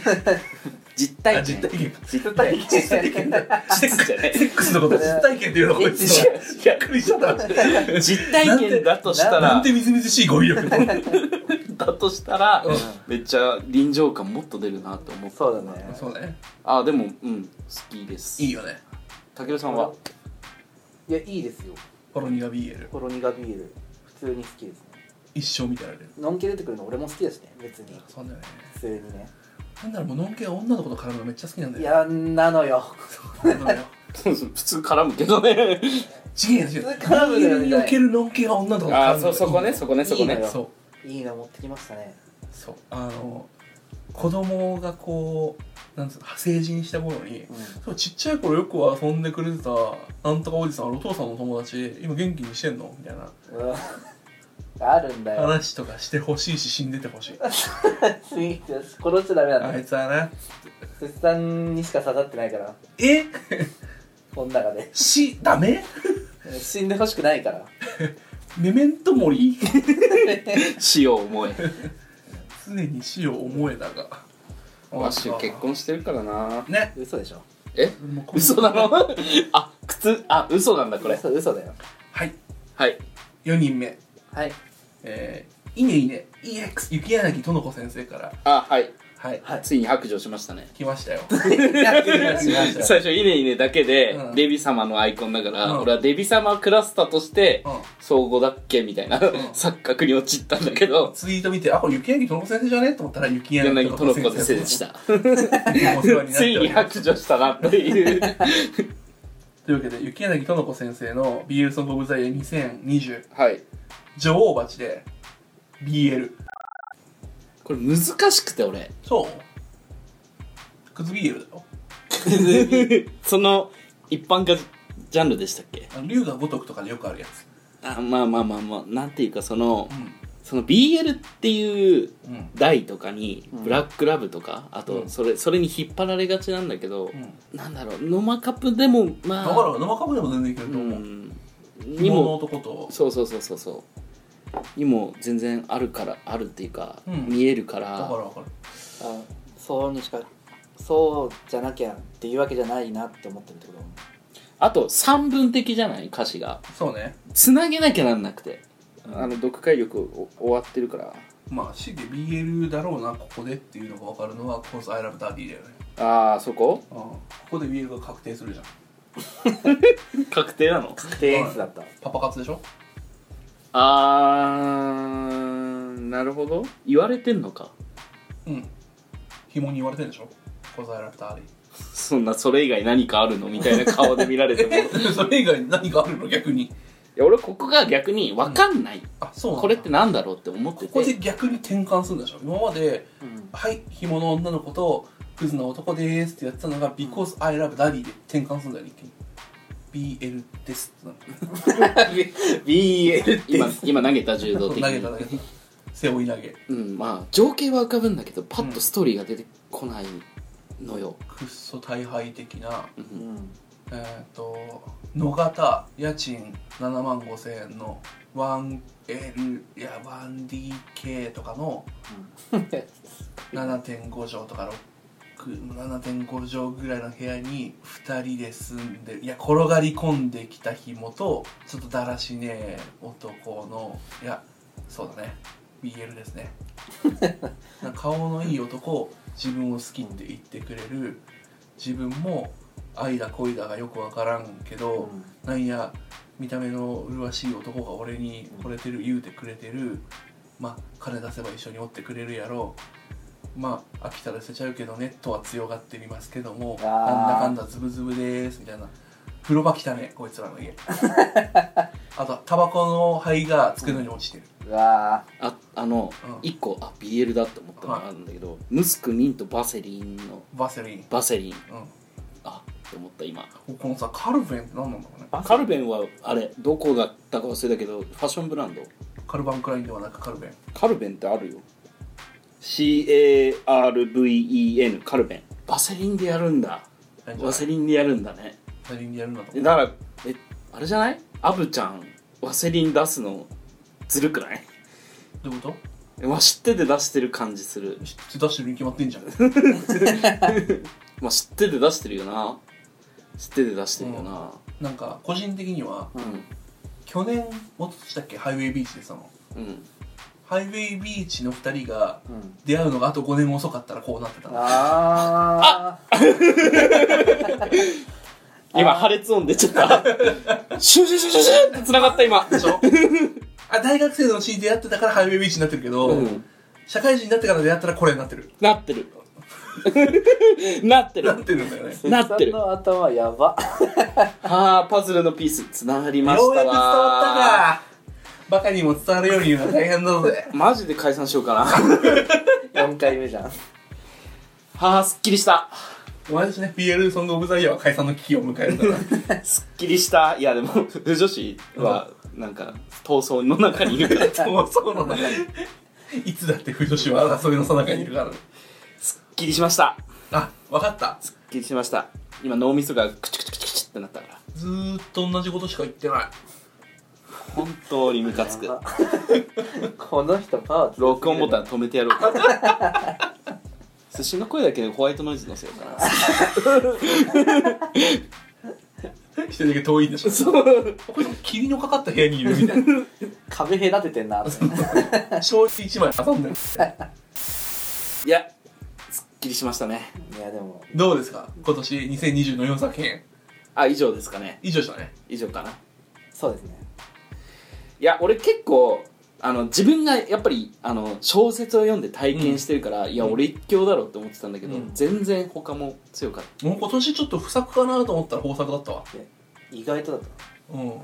実あ体験実体験か実体験実体験だセックスじゃないセックスのことを実体験っていうのがこいつ <laughs> え違うびっくりしちゃった実体験だとしたならんてみずみずしい語彙力だとしたら、うんめっちゃ臨場感もっと出るなと思った <laughs> そうだねそうねあでもうん好きですいいよね武田さんはい <laughs> やいいですよほろ苦 BL ほろ苦ビール普通に好きですね一生見てられるのんけ出てくるの俺も好きだしね別にそうだよね普通にねなんならもうのんけが女の子と絡むのめっちゃ好きなんだいよやなのよそうなのよ普通絡むけどね違えよ違えよ普通絡むのよ BL におけるのんけが女の子と絡むのよあそそこねそこねそこいいねのよそういいの持ってきましたねそうあの子供がこうなんつうの成人した頃にそうちっちゃい頃よく遊んでくれてたなんとかおじさんお父さんの友達今元気にしてんのみたいなうんうんあるんだよ話とかしてほしいし死んでてほしいすみません殺しちゃダメなんあだいつはな出産にしか刺さってないからえこの中で死ダメ死んでほしくな <laughs> いからメメントモリ死を思え常に死を思えだがワッシュ結婚してるからなね嘘でしょえもうこん嘘なの <laughs> あ靴あ嘘なんだこれ嘘嘘だよはいはい4人目 <laughs> はいえー、いねいね EX 雪柳との子先生からあはいはいはいついに白状しましたね来ましたよいま最した初「いねいね」だけでうんデビ様のアイコンだから、うん俺はデビ様クラスターとしてうん総合だっけみたいな、錯覚に陥ったんだけどツイート見てあこれ雪柳との子先生じゃねと思ったら雪柳柳ととのの子子先で生せいでしたお世話になっついておにります白状したなというというわけで雪柳との子先生の BL ソングオブザイヤー2020はい女王蜂で BL これ難しくて俺そうクズ BL だよその一般化ジャンルでしたっけあの龍が如くとかでよくあるやつあまあまあまあまあなんていうかそのうその BL っていううんん台とかにうんブラックラブとか、あうとんそれそれに引っ張られがちなんだけど、うんなんだろうノマカップでもまだあから生株でも全然いけるうと思うんに紐のも男とそうそうそうそうそうにも全然あるからあるっていうか、うん見えるかだらからわかるあそうにしかそうじゃなきゃっていうわけじゃないなって思ってるってことあと三分的じゃない歌詞がそうねつなげなきゃなんなくて、あの読解力お終わってるからまあ C で BL だろうなここでっていうのがわかるのはこの I love daddy だよねああそこうんここで BL が確定するじゃん確定なの確定演出だったパパ活でしょあーなるほど言われてんのかうん紐に言われてるでしょ小平2そんなそれ以外何かあるのみたいな顔で見られても <laughs> い人 <laughs> それ以外に何があるの逆にや俺ここが逆に分かんない、あそうなんだこれってなんだろうって思ってこてこで逆に転換するんでしょ今まで「はい紐の女の子とクズの男です」ってやってたのが「Because I love daddy」で転換するんだよね一気に BL ですってなる BL 今今投げた柔道投的げにた投げた背負い投げうんまあ情景は浮かぶんだけどパッとストーリーが出てこないのよ、くっそ大敗的なうんえーっと野方家賃7万5千円の 1L いや 1DK とかの7.5畳とか6 7.5畳ぐらいの部屋に2人で住んでいや転がり込んできた紐とちょっとだらしねえ男のいやそうだね BL ですねなんか顔のいい男自分を好きって言ってくれる自分も愛だ恋だがよくわからんけど、なんや見た目の麗しい男が俺に惚れてる言うてくれてるまあ金出せば一緒におってくれるやろうまあ飽きたら捨てちゃうけどねとは強がってみますけどもあーなんだかんだズブズブですみたいな風呂場汚ねこいつらの家あとタバコの灰が机の上に落ちてる、うわああの、うん一個あ BL だって思ったのがあるんだけど、ムスクミンとバセリンのバセリン、バセリンうあって思った今ん、このさカルベンって何なんだろうねカルベンはあれどこだったか忘れたけどファッションブランドカルバンクラインではなくカルベンカルベンってあるよ CARVEN カルベンバセリンでやるんだバセリンでやるんだねバセリンでやるんだとえ思うだからえあれじゃないアブちゃんワセリン出すのずるくないどういうこまあ知ってて出してる感じすると、知って出してるに決まってんじゃんまあ知ってて出してるよな知ってて出してるよななんか個人的にはう去年もとしたっけハイウェイビーチでそのんうんハイウェイビーチの2人がーうん出会うのがあと5年遅かったらこうなってたなあー今破裂音出ちゃったシュシュシュシュシュって繋がった今でしょあ大学生のうちに出会ってたからハイウェイビーチになってるけど、うん社会人になってから出会ったらこれになってるなってる <laughs> なってなっるてるんだ <laughs> よねなってる節さんの頭やはばあパズルのピース繋がりまようしやたわく伝わったかバカにも伝わるように言うのは大変だ <laughs> ぜマジで解散しようかな <laughs> は4回目じゃんあすっきりしたお前たちね PL ソングオブザイヤーは解散の危機を迎えるからすっきりしたいやでも <laughs> 女子はなんか闘争の中にいるから <laughs> すっそう <laughs> そうなんだいつだって不女子は争いのさなかにいるからきりしましたあ分かったすっきりしました今脳みそがクチュクチュクチュクチュってなったからずーっと同じことしか言ってない本当にムカつくやばこの人パワー強すぎる録音ボタン止めてやろうか <laughs> 寿司の声だけでホワイトノイズ乗せようかな一人だけ遠いんでしょ <laughs> そうこれ霧のかかった部屋にいるみたいな壁隔ててんな <laughs> 醤油一枚挟んでるいやすっきりしましたねいやでもどうですか今年2020の4作品あ以上ですかね以上でしたね以上かないそうですねや俺結構あの自分がやっぱりあの小説を読んで体験してるから、いやうん俺一強だろうって思ってたんだけど、うん全然他も強かっもう今年ちょっと不作かなと思ったら豊作だったわ意外とだったうんた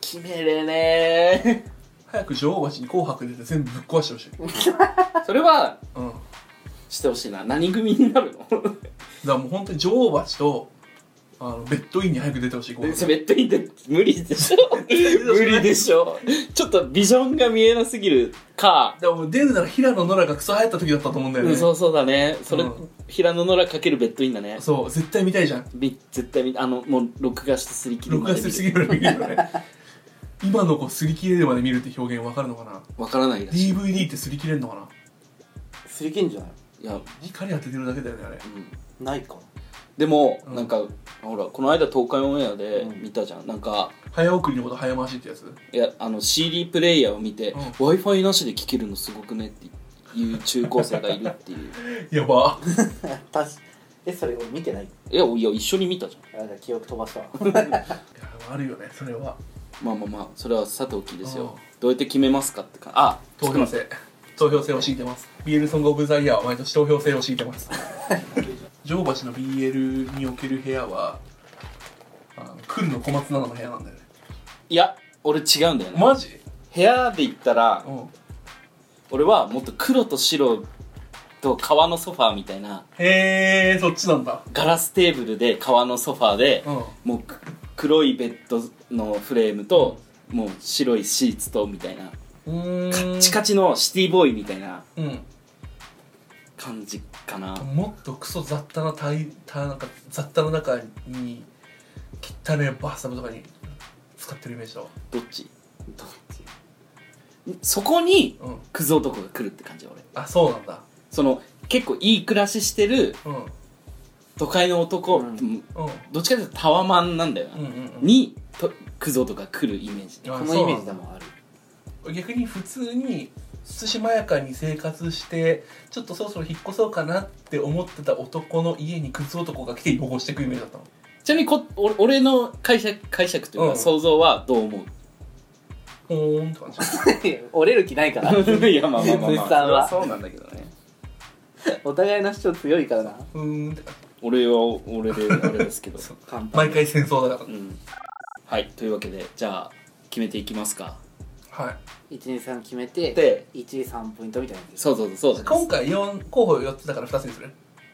決めれね早く女王蜂に紅白出て全部ぶっ壊してほしいうんー <laughs> それはだかしてほしいな何組になるのらもう本当に女王蜂とあのベッドインに早く出てほしい紅 <laughs> で白ベッドインで無理でしょ <laughs> 無理でしょちょっとビジョンが見えなすぎるかでも出るなら平野ノラがクソ流行った時だったと思うんだようねん、そうそうだねそれ、うん平野ノラかけるベッドインだねそう絶対見たいじゃんみ絶対みあのもう録画してすり切り録ま画です見るるすぎるぐら <laughs> い見るよね今の子すり切れるまで見るって表現わかるのかなわからないらしい DVD ってすり切れんのかなすり切んじゃないいや、うん、光当ててるだけだよねあれないか <laughs> でも、うんなんかほらこの間東海オンエアでうん見たじゃん、なんか早送りのこと早回しってやついやあの CD プレイヤーを見て、うん w i f i なしで聴けるのすごくねっていう中高生がいるっていう <laughs> やばたしえそれ俺見てないいやいや一緒に見たじゃんあじゃあ記憶飛ばしたわいやあるよねそれはまあまあまあそれはさておきですよ、うんどうやって決めますかってかあ投票制投票制を敷いてます BL ソングオブザイヤーは毎年投票制を敷いてます <laughs> 女王蜂の BL における部屋はあのくんの小松菜奈の部屋なんだよねいや俺違うんだよねマジ部屋で言ったらうん俺はもっと黒と白と革のソファーみたいなへえそっちなんだガラステーブルで革のソファーで、うんもうく黒いベッドのフレームと、もう白いシーツとみたいなうーんカッチカチのシティボーイみたいなうん感じかな、もっとクソ雑多なたいたなんか雑多な中に汚ねバスタブとかに使ってるイメージだわどっちどっちそこにうんクズ男が来るって感じ俺あそうなんだその結構いい暮らししてるうんうん都会の男、うんうんどっちかというとタワマンなんだよな、うんうんうんにとクズ男が来るイメージあそそのうなんだイメージでもある逆に普通に慎まやかに生活してちょっとそろそろ引っ越そうかなって思ってた男の家にクズ男が来て汚していくイメージだったのちなみにこお俺の解釈解釈といううかん想像はどう思う、ほーんって感じ折れる気 <laughs> ないから <laughs> <laughs> いやまあまあまあ、ま鈴あ、木さんはそれそうなんだけどねお互いの主張強いからなうーんって感じ俺は俺であれですけ <laughs> ど簡単毎回戦争だかうんはいというわけでじゃあ決めていきますからはい123決めてで123ポイントみたいなやつそうそうそうそう今回四候補4つだから2つにする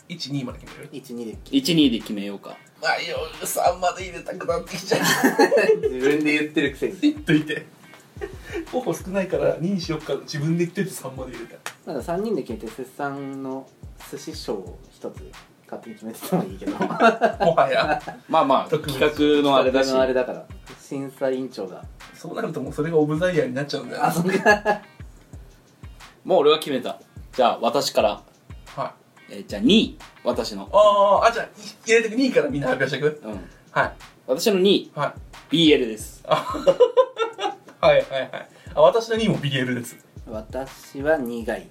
12まで決める12で12で決めようかまあ3まで入れたくなってきちゃう自分で言ってるくせに <laughs> 言っといて候補少ないから2にしよっか自分で言ってて3まで入れたなんか3人で決めて節産の寿司賞を一つ勝手に決めててもいいけどもはやまあまあ特別企画のあれだしのあれだから審査委員長がそうなるともうそれがオブザイヤーになっちゃうんだよなもう俺は決めたじゃあ私から、はいえーじゃあ2位私のあーあじゃあい入れてく2位からみんな発表していくうんはい私の2位はい BL ですはいはいはいあ私の2位も BL です私は苦い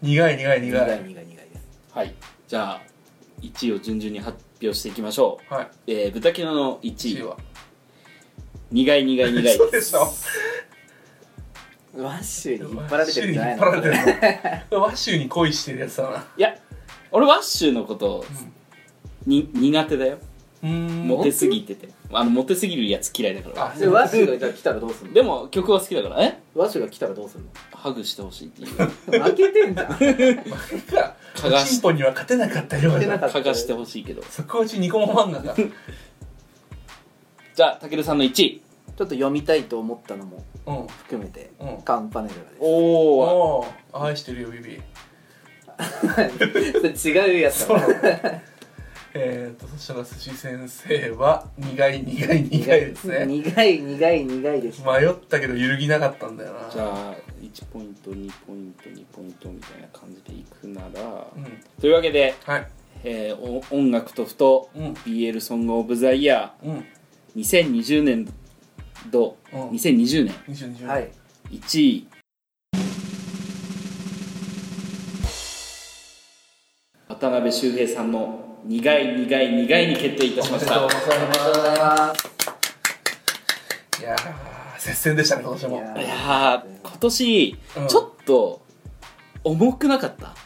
苦い苦い苦い苦い苦い苦いですはいじゃあ1位を順々に発表していきましょうはいえー、豚キノの1 1位位は苦い苦い苦 <laughs> いそうでしたワッシュに引っ張られてるんじゃないワッシュに引っ張られのてるのワッシュに恋してるやつだないや俺ワッシュのことに苦手だようーんモテすぎててあのモテすぎるやつ嫌いだからあでワッシュがじゃあ来たらどうすんのでも曲は好きだからえワッシュが来たらどうすんのハグしてほし <laughs> いっていう負けてんじゃん負がかがチン <laughs> しポには勝てなかったようけななかったかがしてほしいけどそこうちニコモ漫画がうじゃあたけるさんの1位ちょっと読みたいと思ったのもんうん含めて、うんカンパネルラですおおおー愛してるよビビそれ違うやつそうだえーとそしたら寿司先生は苦い苦い苦いですね苦い苦い苦いです迷ったけど揺るぎなかったんだよなじゃあ1ポイント2ポイント2ポイントみたいな感じでいくならうんというわけで、はいえーお音楽とふとうん BL ソングオブザイヤうんー2020年度うん2020年2020年はい1位渡辺周平さんの「苦い苦い苦い」に決定いたしましおためでとうございまありがとうございますすいやー接戦でしたね今年いもやいやー今年、うんちょっと重くなかった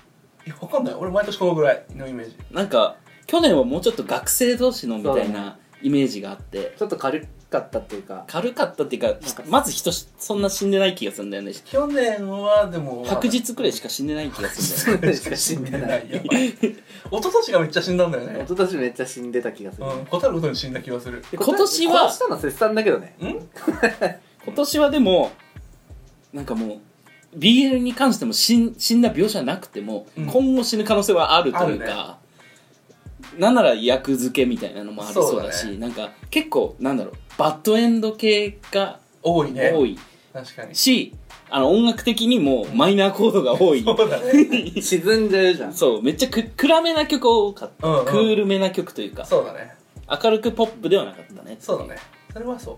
いやわかんない俺毎年このぐらいのイメージなんか去年はもうちょっと学生同士のみたそいうだなイメージがあってちょっと軽かったっていうか軽かったっていうかまず人しそんな死んでない気がするんだよね去年はでも白日くらいしか死んでない気がするんだよね <laughs> <laughs> しか死んでないやばい一昨年がめっちゃ死んだんだよね <laughs> 一昨年めっちゃ死んでた気がする、うん答えることに死んだ気がするで今年は今年との節産だけどねん今年はでもなんかもう BL に関しても死ん死んだ描写なくても、うん今後死ぬ可能性はあるというか、なんなら役付けみたいなのもありそうだしそうだねなんか結構なんだろうバッドエンド系が多いね多い確かにしあの音楽的にもマイナーコードが多いそうだね沈んじゃうじゃんそうめっちゃく暗めな曲多かった、うんうんクールめな曲というかそうだね明るくポップではなかったねそうだねそれはそう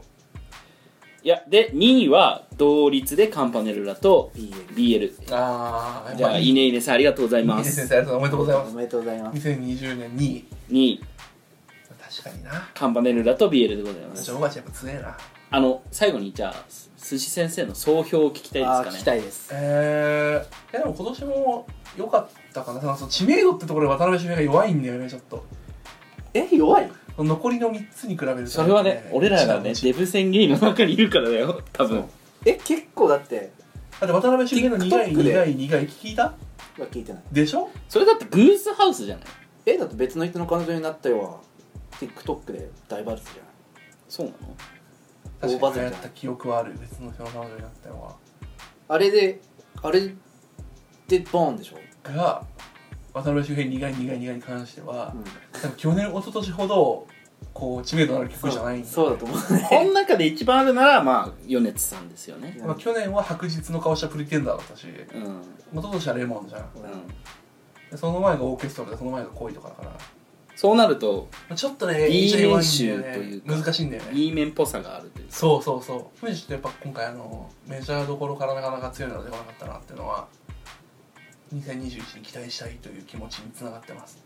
いやで2位は同率でカンパネルラと BL BL ああじゃあ、いいねいいねさんありがとうございいいまですねす。先生おめでとうございおまめでとうございますす2020年2位に確かになカンパネルラと BL でございま私す。のおばちゃんやっぱ強えなあの最後にじゃあす寿司先生の総評を聞きたいあでー聞すきかたねいですえー、いやでも今年も良かったかなその知名度ってところで渡辺周平が弱いんだよねちょっとえ弱い残りの3つに比べると、ね、それはね俺らがね一デブ宣言の中にいるからだよ多分え結構だってだって渡辺周平の苦い TikTok で苦い苦い聞いたは聞いてないでしょそれだってグースハウスじゃないえだって別の人の彼女になったよは TikTok で大バズじゃないそうなの確大バかズにやじゃなっいた記憶はある別の人の彼女になったのはあれであれでボーンでしょ、が渡辺周平苦い苦い苦いに関しては、ん、多分去年一昨年ほどこう知名度のある曲じゃないんでそうそうだと思う <laughs> この中で一番あるならまあ米津さんですよねまあ、去年は白日の顔したプリテンダーだったし一うんうん昨年はレモンじゃんでその前がオーケストラでその前が恋とかだから、まそうなるとあ、ちょっとねいい印象弱ん練習だとよいねうか難しいんだよね E 面っぽさがあるというかそうそうそう富士ってやっぱ今回あのメジャーどころからなかなか強いのが出てこなかったなっていうのは2021に期待したいという気持ちにつながってます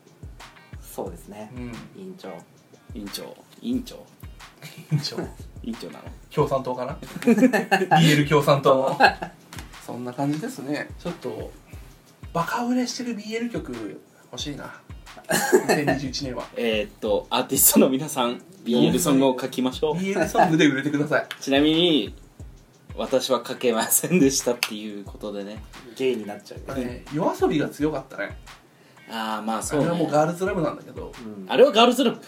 そうですねうん委員長委員長委員長一応 <laughs> 委員長なの共産党かな BL 共産党の <laughs> そんな感じですねちょっとバカ売れしてる BL 曲欲しい <laughs> な2021年はえー、っとアーティストの皆さん BL ソングを書きましょう BL ソングで売れてくださいちなみに私は書けませんでしたっていうことでねゲイになっちゃうよやっぱね夜遊びが強かったねああまあそそうれねはもうガールズラブなんだけどうんあれはガールズラブ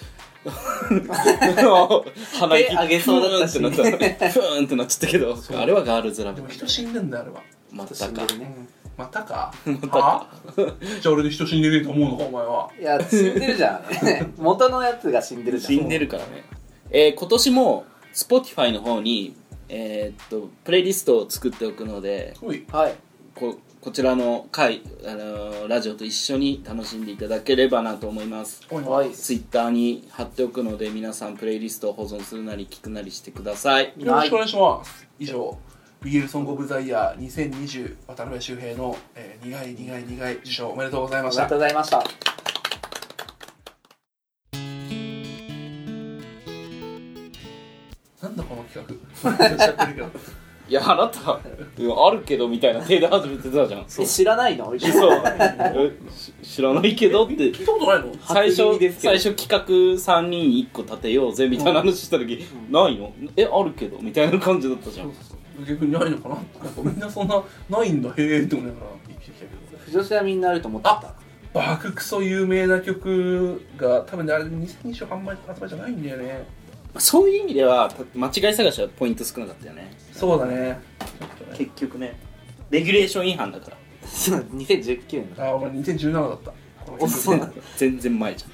鼻息手上げそうだったしふーんってなったふーんってなっちゃったけどそうあれはガールズラでブも人死んでんだよあれはま死たんかでるねまたかまたかはじゃあ俺で人死んでねえと思うのかお前はいや死んでるじゃん <laughs> 元のやつが死んでるじゃん死んでるからね、えー今年も Spotify の方にえーっとプレイリストを作っておくのでほいはいここちらの回、あのーラジオと一緒に楽しんでいただければなと思いますおいはい Twitter に貼っておくので皆さんプレイリストを保存するなり聞くなりしてくださいよろしくお願いします以上ビギルソング・オブ・ザ・イヤー2020渡辺周平の、えー、苦い苦い苦い受賞おめでとうございあまりしがたとうございましたなんだこの企画忘れちゃってるけどいやあなたうんあるけどみたいな手で始めてたじゃんえ知らないの <laughs> そうえし知らないけどって聞いたことないの最初初耳ですけど最初企画3人1個立てようぜみたいな話した時、ないのえあるけどみたいな感じだったじゃそうんそうそう逆にないのかななんかみんなそんなないんだへえって思いながら生きてきたけど女子はみんなあると思ってたバククソ有名な曲が多分ねあれ2020販売発売じゃないんだよねそういう意味ではた間違い探しはポイント少なかったよねそうだねちょっとね結局ねレギュレーション違反だからそう2019年 <laughs> あ俺2017だったこの曲遅いな <laughs> 全然前じゃん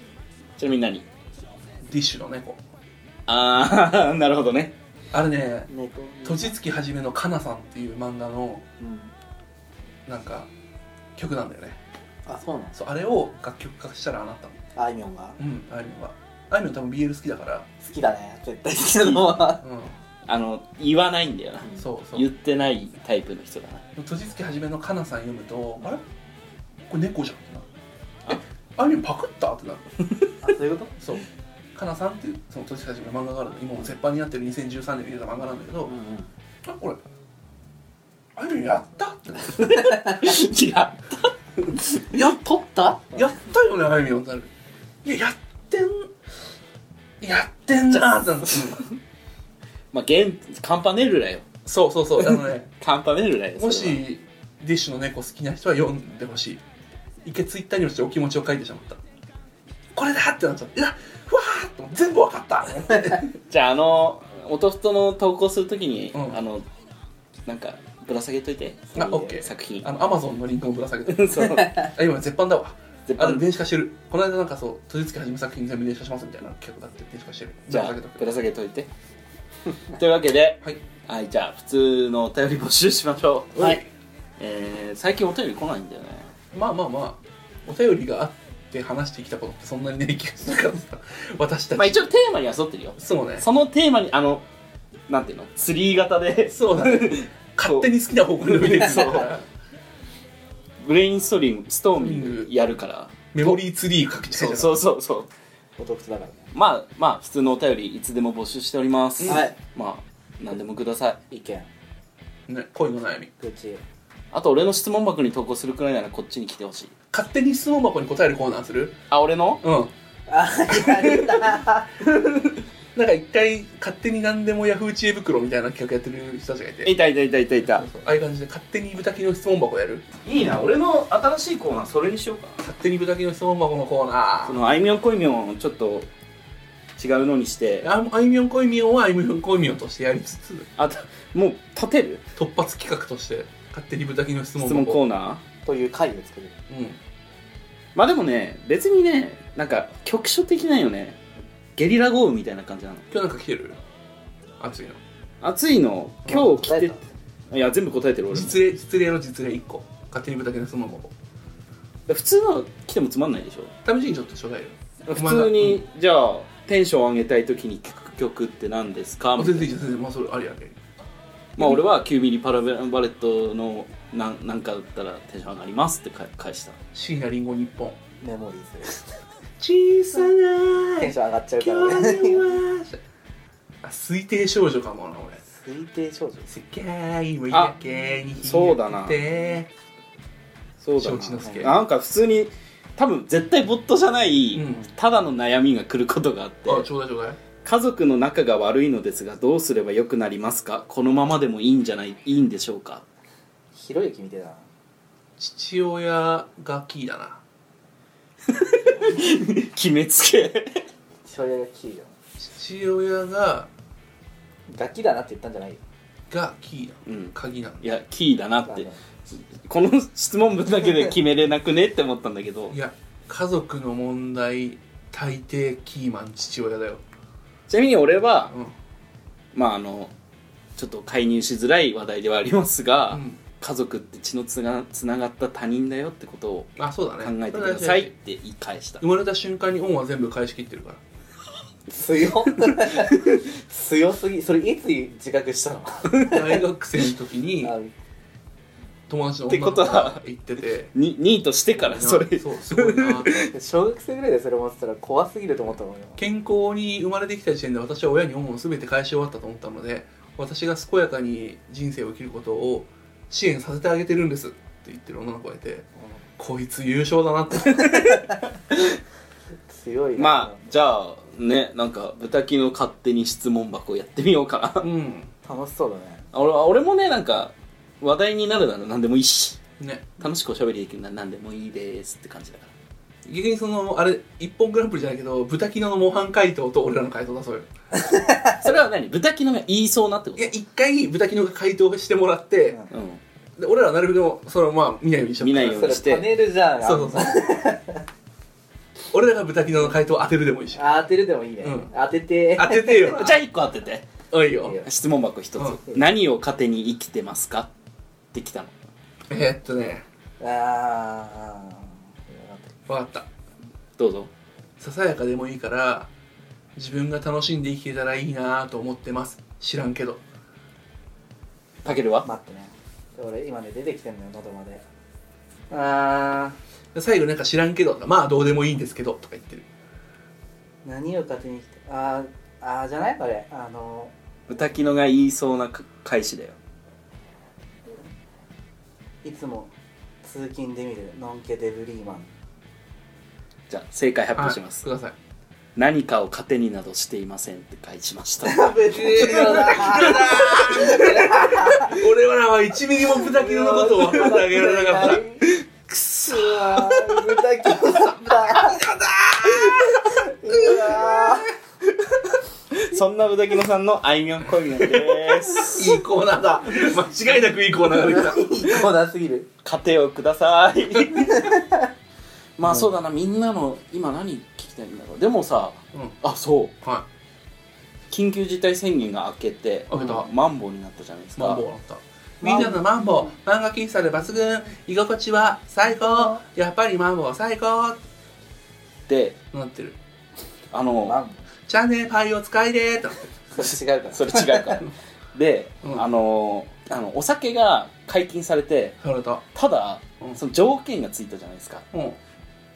ちなみに何ディッシュの猫ああ <laughs> なるほどねあれね猫とじつきはじめのかなさんっていう漫画のうんなんか曲なんだよねあそうなんそうあれを楽曲化したらあなたのあいみょんがうんあいみょんはあいみょん多分 BL 好きだから好きだね絶対好きだと思うなうあの言わないんだよなんそうそ言っうてないタイプの人だな <laughs> とじつきはじめのかなさん読むとあれこれ猫じゃんってなえあいみょんパクったってなるあそういうこそうかなさんっていうそのとじつきはじめの漫画があるの今も絶版になってる2013年に出た漫画なんだけど、とんあこれあいみょんやったってなる違ういや取ったやったよねあいみょんってなるいややってんやってんなーってなるうんまあ現カンパネルだよそうそうそうあの <laughs> ねカンパネルだよそれはもしディッシュの猫好きな人は読んでほしい一回ツイッターにもしてお気持ちを書いてしまったこれだってなっちゃったいやふわーっと全部わか <laughs> ったじゃああの音ふとの投稿するときに、うんあのなんかぶら下げといてあオッケー作品あのアマゾンのリンクもぶら下げ <laughs> てそうあ今絶版だわ絶あでも版電子化してるこの間なんかそう「とりつけ始め作品全部電子化します」みたいな企画だって電子化してるじゃあぶら下げとぶくら下げといてというわけではいはいじゃあ普通のお便り募集しましょうはいえー、最近お便り来ないんだよねまあまあまあお便りがあって話してきたことってそんなにない気がするからさ私たち、まあ一応テーマには沿ってるよそうねそのテーマにあのなんていうのツリー型でそうだね勝手に好きな方向に伸びてくるから <laughs> ブレインストーリングストーミングやるからメモリーツリー書きたいじゃそないうそうそうそうお得だからねまあまあ普通のお便りいつでも募集しております、はいまあ何でもください意見ね、恋の悩み愚痴あと俺の質問箱に投稿するくらいならこっちに来てほしい勝手に質問箱に答えるコーナーするあ俺のうんあやるななんか一回勝手に何でもヤフー知恵袋みたいな企画やってる人たちがいていたいたいたいたいたああいう感じで勝手にブタキの質問箱やるいいな俺の新しいコーナーそれにしようか勝手にブタキの質問箱のコーナそーのあいみょんこいみょんをちょっと違うのにしてああいみょんこいみょんはあいみょんこいみょんとしてやりつつあたもう立てる突発企画として勝手にブタキの質問質箱問コーナーという回を作るうんまあでもね別にねなんか局所的なんよねゲリラ豪雨みたいな感じなの今日なんか来てる暑いの暑いの今日来答えてたいや全部答えてる <laughs> 俺も実例実例の実例1個勝手にブタキの質問箱普通の来てもつまんないでしょ試しにちょっとちょうだいよ普お前が通に、じゃあテンション上げたい時に聴く曲って何ですかあみたい全な然いいじゃん全然まあそれありありまあ俺は9ミリパラバレットのなんなんかだったらテンション上がりますってか返した椎名林檎日本メモリーする小さなテンション上がっちゃうか今らね日はあ推定少女かもな俺推定少女世界をやけにそうだなてそう承知の助なんか普通に多分絶対ボットじゃない、うんただの悩みが来ることがあってあちょうだいちょうだい家族の仲が悪いのですがどうすれば良くなりますかこのままでもいいんじゃないいいんでしょうか <laughs> ひろゆきみたいだな父親がキーだな決めつけ <laughs> 父親がキーよ父親がガキだなって言ったんじゃないよがキーだ、うん鍵なのいやキーだなっあてのこの質問文だけで決めれなくねって思ったんだけどいや家族の問題大抵キーマン父親だよ、ちなみに俺はうんまああのちょっと介入しづらい話題ではありますが、うん家族って血のつなつながった他人だよってことをあそうだね考えてくださいって言い返した生まれた瞬間に恩は全部返し切ってるから <laughs> 強強すぎそれいつ自覚したの大学生の時にあ友達のって女このと子はが言っててにニートしてから <laughs> それそうすごいな小学生ぐらいでそれ思ってたら怖すぎると思ったもんよ健康に生まれてきた時点で私は親に恩を全て返し終わったと思ったので私が健やかに人生を生きることを支援させてあげてるんですって言ってる女の子がいてこいつ優勝だなって <laughs> 強いなまあじゃあねなんか豚キの勝手に質問箱やってみようかな <laughs> うん楽しそうだね俺は俺もねなんか話題になるなら何でもいいしね楽しくおしゃべりできるなら何でもいいですって感じだか逆にそのあれ一本グランプリじゃないけど豚キノの模範解答と俺らの回答出そうよらそれは何豚キのが言いそうなってこいや一回豚キノが回答してもらって、と、うで俺らはなるべくそれをまあ見ないようにしよう見ないようそれパネルじゃんそうそうそう俺らが豚キノの回答を当てるでもいいしあ当てるでもいいね、うん当てて当ててよ <laughs> ん、じゃあ1個当ててあいいよいいよ質問箱1つ、うん何を糧に生きてますかってきたのえーっとねあーあ分かったどうぞささやかでもいいから自分が楽しんで生きてたらいいなと思ってます知らんけどたけるーは待ってね俺今ね出てきてんのよ喉まであ最後なんか知らんけどまあどうでもいいんですけどとか言ってるー何を勝手に生きてあーあーじゃないこれあの豚キのが言いそうなか返しだよいつも通勤で見るノンケデブリーマンじゃあ正解発はい表します、ください何かを糧になどしていませんって返しま <laughs> した別に俺はな1ミリも豚キノのことを分かってあげられなかったくそー豚キノさ <laughs> んだうわそんな豚キのさんのあいみょんこいみょんです <laughs> いいコーナーだ間違いなくいいコーナーができたー <laughs> いいコーナーすぎる糧をください <laughs> まあそうだなみんなの今何聞きたいんだろうでもさうんあそうは緊急事態宣言が明けて明けたマンボウになったじゃないですいかマンボウだったみんなのマンボウ漫画喫茶で抜群居心地は最高やっぱりマンボウは最高でなってるあマのンチャンネルパイを使いでーってなってるボそれ違うからそれ違う <laughs> からで、うんあのあのお酒が解禁されてそれとただ、うんその条件がついたじゃないですかうん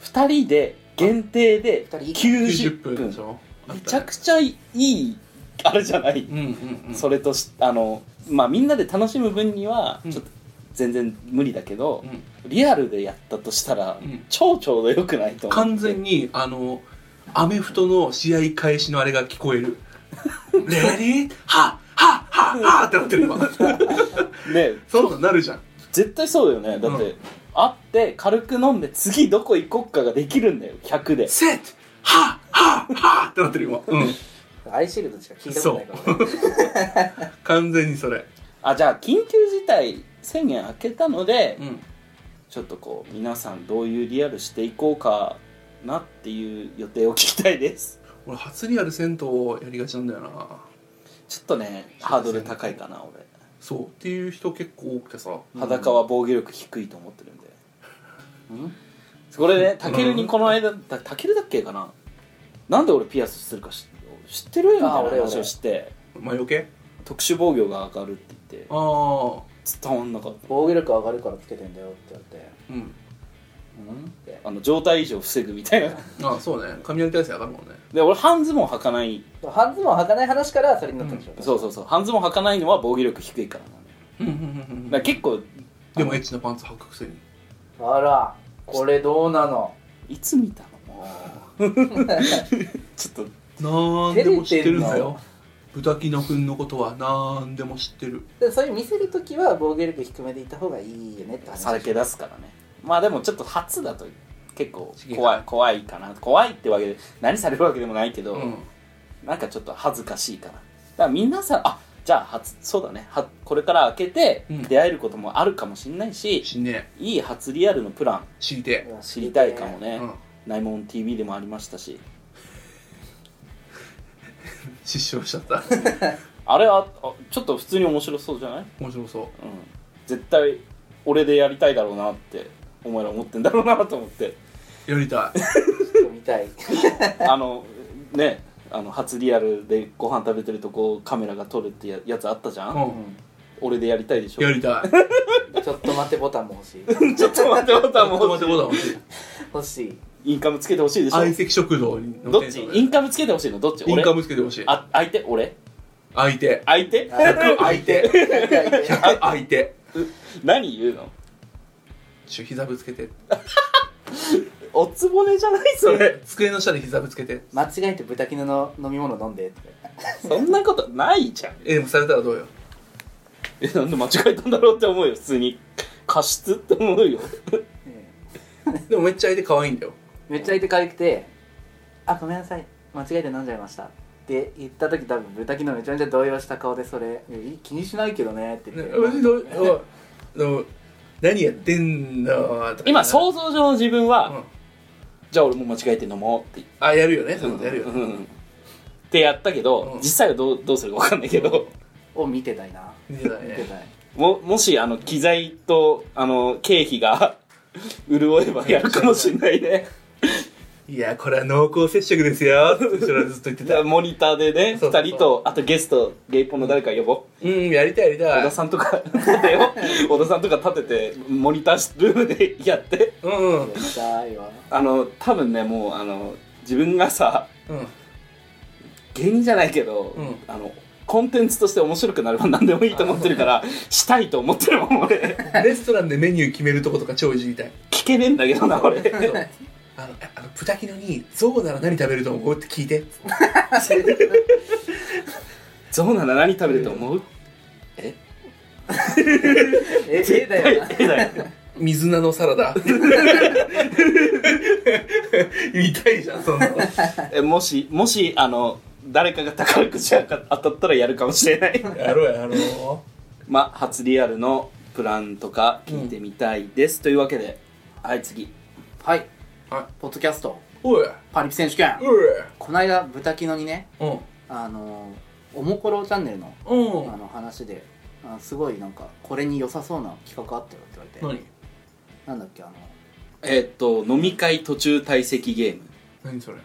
2人で限定で二人以下90 90分分でしょあっためねちゃくちゃいいあれじゃない、うんうんうんそれとしあのまあみんなで楽しむ分にはうんちょっと全然無理だけど、うんリアルでやったとしたら、うん超ちょうどよくないと思う完全にあのアメフトの試合開始のあれが聞こえ <laughs> る「レディーはっはっはっは」ってなってる <laughs> 今でそうなるじゃん絶対そうだよねだって、うん会って軽く飲んで次どこ行こっかができるんだよ「100でセットはっはっは」ってなってる今うんアイシールドしか聞いたことないからね完全にそれあじゃあ緊急事態宣言明けたので、んちょっとこう皆さんどういうリアルしていこうかなっていう予定を聞きたいです俺初リアル銭湯をやりがちなんだよなちょっとねハードル高いかな俺そうっていう人結構多くてさ裸は防御力低いと思ってるんで、これねたけるにこの間たたけるだっけかななんで俺ピアスするか知知ってるみたいなあ俺話を俺して魔除け特殊防御が上がるって言ってああ伝わんなかった防御力上がるからつけてんだよって言ってうんうんってあの状態異常を防ぐみたいなあそうね雷体制上がるもんねで俺半ズボン履かない半ズボン履かない話からそれになったんでしょ、そうそうそう半ズボン履かないのは防御力低いからなうんうんうんだから結構でもエッチなパンツ履くくせにあらこれどうなのいつ見た <laughs> のもうちょっとなんでも知ってるんだよ照豚キノ君のことはなんでも知ってるでそういう見せるときは防御力低めでいた方がいいよねって話さらけ出すからねまあでもちょっと初だと結構刺激怖がい怖いかな怖いってわけで何されるわけでもないけど、うんなんかちょっと恥ずかしいかなだから皆さんあじゃあ初そうだねはこれから開けてうん出会えることもあるかもしれないし、死ねいい初リアルのプランえ知りてうん知りたいかもねえ、うん、 「ナイモン TV」でもありましたし失笑しちゃったあれはあちょっと普通に面白そうじゃない、うん、面白そう絶対俺でやりたいだろうなってお前ら思ってんだろうなと思ってやりたいちょっと見たいあのねあの初リアルでご飯食べてるとこカメラが撮るってややつあったじゃん、ううん俺でやりたいでしょやりたいちょっと待ってボタンも欲しい <laughs> ちょっと待ってボタンも友達ボタン欲しい欲しいインカムつけてほしいでし相ょ席食堂にどっちインカムつけてほしいのどっちイ俺ンカムつけてほしいあ相手俺相手相手あ <laughs> 100相手100相 <laughs> 手 <laughs> 何言うのちょ膝ぶつけておつぼねじゃないそ <laughs> れ机の下で膝ぶつけて間違えて豚キノの飲み物飲んでってそんなことないじゃんえでもされたらどうよえなんで間違えたんだろうって思うよ普通に過失って思うようんでもめっちゃ相手可愛いんだよめっちゃ相手可愛くて「あごめんなさい間違えて飲んじゃいました」って言った時多分豚キノめちゃめちゃ動揺した顔でそれ「気にしないけどね」ってね言って私どうおいあの何やってんの今う、想像上の自分は、うんじゃあ俺も間違えて飲もうって言ってあやるよねそういうことやるようね、んってやったけど、うん実際はどうどうするか分かんないけど、を見てたいな見てた見てねたいももしあの機材とあの経費が <laughs> 潤えばやるかもしれないねいやこれは濃厚接触ですよって後ろでずっと言ってじゃあたモニターでねそうそうそう2人とあとゲストゲイポンの誰か呼ぼううんやりたいやりた小い田さんとか立て <laughs> よう小田さんとか立ててモニタールームでやってうんうんやりた <laughs> いわあの多分ねもうあの自分がさうん芸人じゃないけど、うんあのコンテンツとして面白くなれば何でもいいと思ってるからしたいと思ってるもん俺レストランでメニュー決めるとことか超いじりたい聞けねえんだけどな俺あのえあの豚キノに「ゾウなら何食べると思う?」って聞いてゾウなら何食べると思うえええだよなえだよ「水菜のサラダ」見たいじゃんそんなのえもしもしあの誰かが宝くじが当たったらやるかもしれないやろうやろまあ初リアルのプランとか聞いてみたいです、というわけではい次はい、はポッドキャストうおいパリピ選手権おいこないだ豚キノにねうんあのおもころチャンネルのうあの話であすごいなんかこれに良さそうな企画あったよって言われて何なんだっけあのえーっと飲み会途中退席ゲーム何それ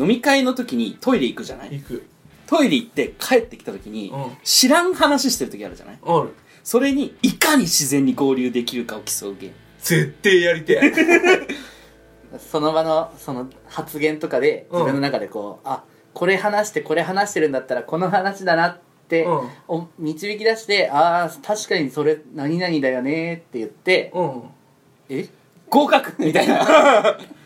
飲み会の時にトイレ行くじゃない行くトイレ行って帰ってきた時に、うん知らん話してる時あるじゃないあるそれにいかに自然に合流できるかを競うゲーム絶対やりてえその場のその発言とかでうん自分の中でこう、あこれ話してこれ話してるんだったらこの話だなって、うんお導き出してああ確かにそれ何々だよねって <laughs> 言って、うんえ <laughs> 合格みたいな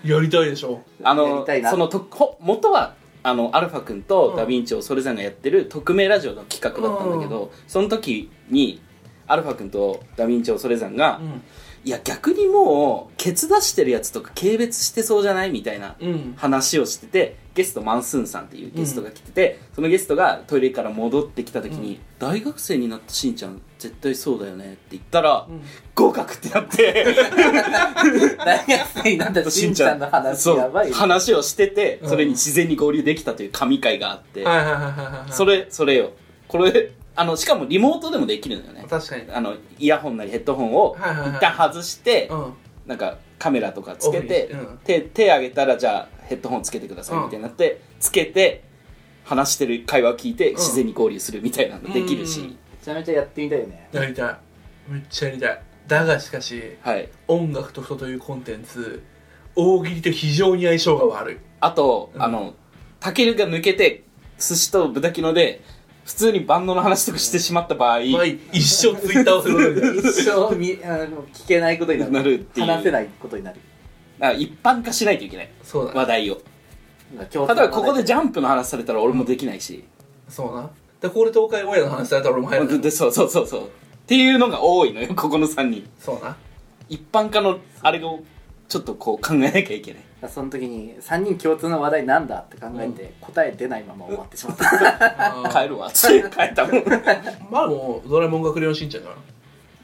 やりたいでしょあやのりたいなそのとほ元はあのアルファ君うとんダヴィンチをそれぞれがやってる匿名ラジオの企画だったんだけど、その時にアルファ君とダヴィンチをそれぞれが、うんいや逆にもうケツ出してるやつとか軽蔑してそうじゃないみたいなうん話をしててゲストマンスーンさんっていうゲストが来てて、そのゲストがトイレから戻ってきた時に、大学生になったしんちゃん絶対そうだよねって言ったら、うん合格ってなって <laughs> 大学生になったしんちゃんの話そうやばいよ話をしててうんそれに自然に合流できたという神回があって、はいはいはいはいはいそれそれよこれあのしかもリモートでもできるのよね確かにあのイヤホンなりヘッドホンをはいはいはい一旦外して、うんなんかカメラとかつけて、オフにうん手手上げたらじゃあヘッドホンつけてくださいみたいになって、つけて話してる会話を聞いてん自然に合流するみたいなのできるし、うんめちゃめちゃやってみたいよねやりたいめっちゃやりたいだがしかしはい音楽と人というコンテンツ大喜利と非常に相性が悪いあと、うんあのタケルが抜けて寿司と豚キノで普通に万能の話とかしてしまった場合、まあ一生ツイッターをすることになる <laughs> 一生みあの聞けないことになるなるっていう話せないことになるあ一般化しないといけないそうだな話題を例え例えばここでジャンプの話されたら俺もできないし、そうなでこれ東海オンエアの話されたら俺も入 <laughs> るでそうそうそうそうっていうのが多いのよここの3人そうな一般化のあれをちょっとこう考えなきゃいけないその時に3人共通の話題なんだって考えて、答え出ないまま終わってしまったあ <laughs> ー帰るわつって帰ったもんまあもうドラえもんがクレヨンしんちゃんだか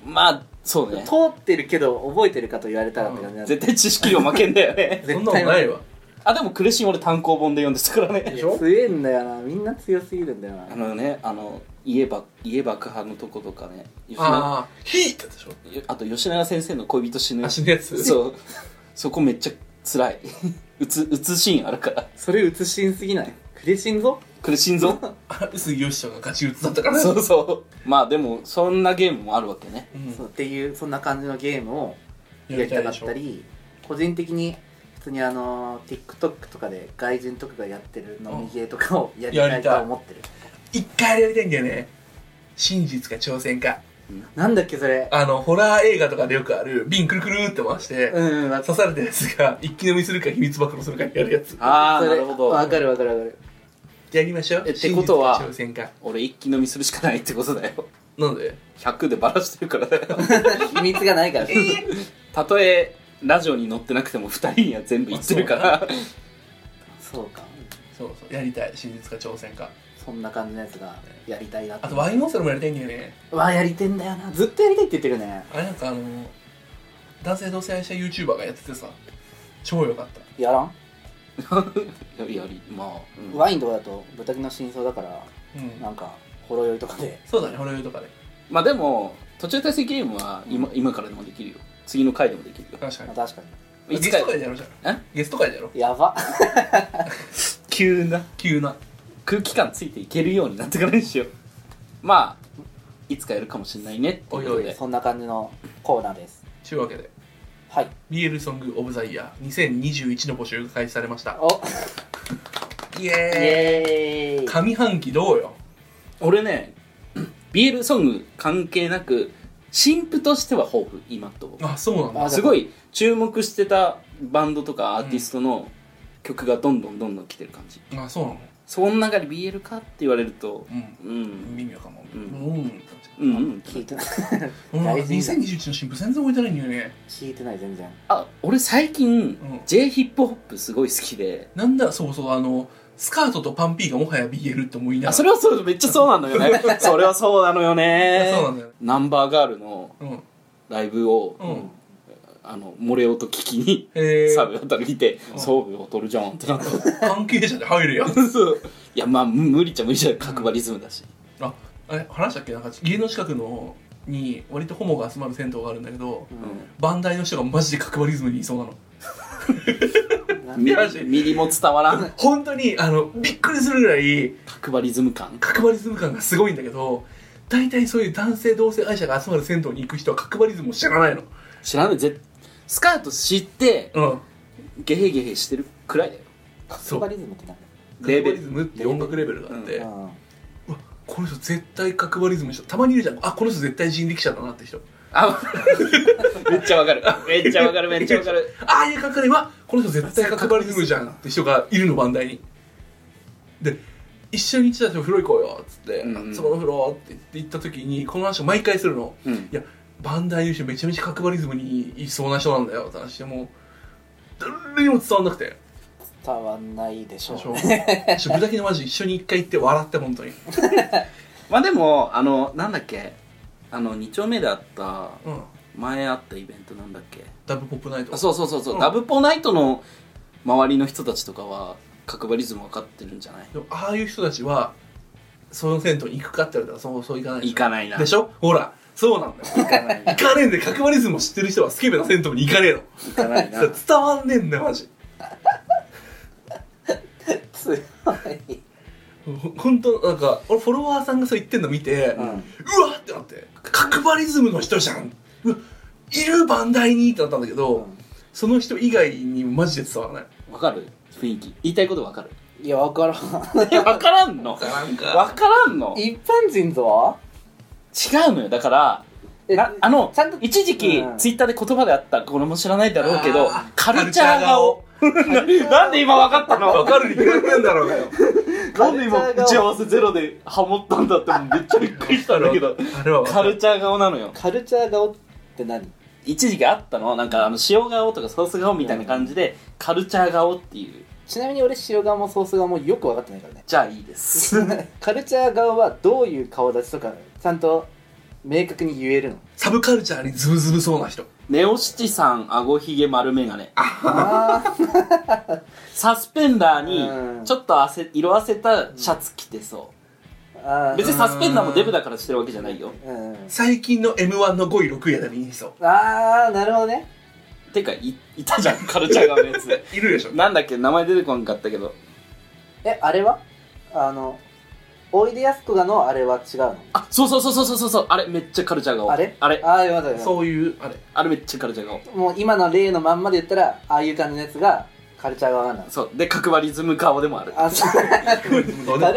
まあそうね通ってるけど覚えてるかと言われたらって感じなんで絶対知識量負けんだよねらそん絶対なもんないわあでも苦しい俺単行本で読んですからねでしょ強えんだよなみんな強すぎるんだよなあのねあの家ば家爆破のとことかね吉永ああ「ヒー」ってやつでしょあと吉永先生の恋人死ぬ足のやつそうそこめっちゃ辛いうつうつシーンあるからそれ写しんすぎないクレシンぞ苦しん <laughs> ぞあ杉よしちゃんが勝ち打つだったからねそうそうまあでもそんなゲームもあるわけねうんそうっていうそんな感じのゲームをややりりたたいかでっしょたり個人的に普通にあの TikTok とかで外人とかがやってる飲みゲーとかをやりやたりいたいと思ってる一回あれやりたいんだよね真実か挑戦かなんだっけそれあのホラー映画とかでよくある瓶くるくるって回して、うんうんわ刺されたやつが <laughs> 一気飲みするか秘密暴露するかやるやつああそなれるほどわかるわかるわか <laughs> るやりましょうえってことは真実か挑戦か俺一気飲みするしかないってことだよなので100でバラしてるからだよ秘密がないからたとえラジオに載ってなくても2人には全部言ってるからそうかそうそうやりたい真実か挑戦かそんな感じのやつがやりたいなあとワインモンスターもやりたいんだよねうわやりてんだよなずっとやりたいって言ってるねあれなんかあの男性同性愛者 YouTuber がやっててさ超良かったやらん <laughs> やりまあ、うんワインとかだと豚キの真相だからうんなんかほろ酔いとかでそうだねほろ酔いとかでまあでも途中退席ゲームは今,、今からでもできるよ次の回でもできるよ確かまあに確かゲいつスかト会でやろうじゃんえゲスト会でやろうにやば急な急な空気感ついていけるようになってからにしようまあいつかやるかもしれないねっていうことおいおいでそんな感じのコーナーですというわけではいビエルソングオブザイヤー2021の募集が開始されましたおイイエエーーイイ上半期どうよ俺ね <clears throat> ビールソング関係なく新譜としては豊富今とあそうなんだあすごい注目してたバンドとかアーティストの曲がどんどんどんどん来てる感じあそうなのその中で BL かって言われるとうんうん微妙かもううんんうんうんうん聞いてない <laughs> うん大事に2021の新聞全然置いてないんだよね聞いてない全然あ俺最近、ん J ヒップホップすごい好きでなんだそうそうあのスカートとパンピーがもはや BL って思いながらあそれはそうめっちゃそうな <laughs> のよねそれはそうなのよねそうなんだよナンバーガールのうんライブを、うんあのモレオと聞きにへえサブあたり見て「そうよ踊るじゃん」って <laughs> なった関係者で入るやんそういやまあ無理っちゃ無理じゃん角張リズムだし、あえ話したっけなんか家の近くのに割とホモが集まる銭湯があるんだけど、うんバンダイの人がマジで角張リズムにいそうなのミマジリミリも伝わらん本当にあのびっくりするぐらい角張リズム感角張リズム感がすごいんだけど大体そういう男性同性愛者が集まる銭湯に行く人は角張リズムを知らないの知らないぜスカート知ってうんゲヘゲヘしてるくらいだよそバうリズムってなんだ角張リズムっていう音楽レベルがあって、うんうわこの人絶対角張リズムしたたまにいるじゃんあこの人絶対人力車だなって人あ <laughs> めっちゃわかるめっちゃわかるめっちゃわかるああいう角張りはこの人絶対角張リズムじゃんって人がいるの番台にで一緒に行ってた人風呂行こうよっつって「うんうんその風呂」って言って行った時にこの話を毎回するのうんいや、バンダイの人めちゃめちゃ角張リズムにいそうな人なんだよって話しても、誰にも伝わんなくて。伝わんないでしょそううねそう。ちょぶだけのマジ一緒に一回行って笑って、本当に。まあでもあのなんだっけあの2丁目であったうん。前あったイベントなんだっけダブポップナイト。あそうそうそうそう、うんダブポナイトの周りの人たちとかは角張リズム分かってるんじゃないでもああいう人たちは、その銭湯に行くかって言われたら、そう、そう行かないでしょ行かないなでしょほら、そうなんだよ。行かない行かねえんで、角張リズムを知ってる人はスケベな銭湯に行かねえの。行かないなそれ伝わんねえんだよ、マジ。 <laughs> 強いほほんと、なんか、俺フォロワーさんがそう言ってんの見て、うんうわってなって角張リズムの人じゃんうわいるバンダイにってなったんだけど、その人以外にマジで伝わらない分かる雰囲気言いたいこと分 <laughs> かるいや分からん分からんの分なんからんの違 <laughs> 一般人とはうのよだからえなあのちゃんと一時期、うんツイッターで言葉であったこれも知らないだろうけどあーカルチャー顔 <laughs> なんで今分かったのわ <laughs> かるに決まってんだろうよなんで今カルチ打ャー顔ち合わせゼロでハモったんだってもうめっちゃびっくりしたんだけどあれは分 <laughs> カかるルチャー顔なのよカルチャー顔って何一時期あったのなんかあの塩顔とかソース顔みたいな感じでカルチャー顔っていうちなみに俺塩顔もソース顔もよく分かってないからねじゃあいいです <laughs> <laughs> カルチャー顔はどういう顔立ちとかちゃんと明確に言えるのサブカルチャーにズブズブそうな人ネオシチさん顎ひげ丸眼鏡ああサスペンダーうにんちょっとあせ色あせたシャツ着てそあうー別にサスペンダーもデブだからしてるわけじゃないようん最近の m 1の5位6位あたりにいそああなるほどねてかいいたじゃんカルチャー顔のや <laughs> つ <laughs> ういるでしょなんだっけ名前出てこんかったけどえあれはあのおいでやすこがのあれは違うのあそうそうそうそうそうそうあれめっちゃカルチャー顔あれあれああよかったよそういうあれあれめっちゃカルチャー顔もう今の例のまんまで言ったらああいう感じのやつがカルチャー顔なんだそうで角張りズム顔でもあるあそうカル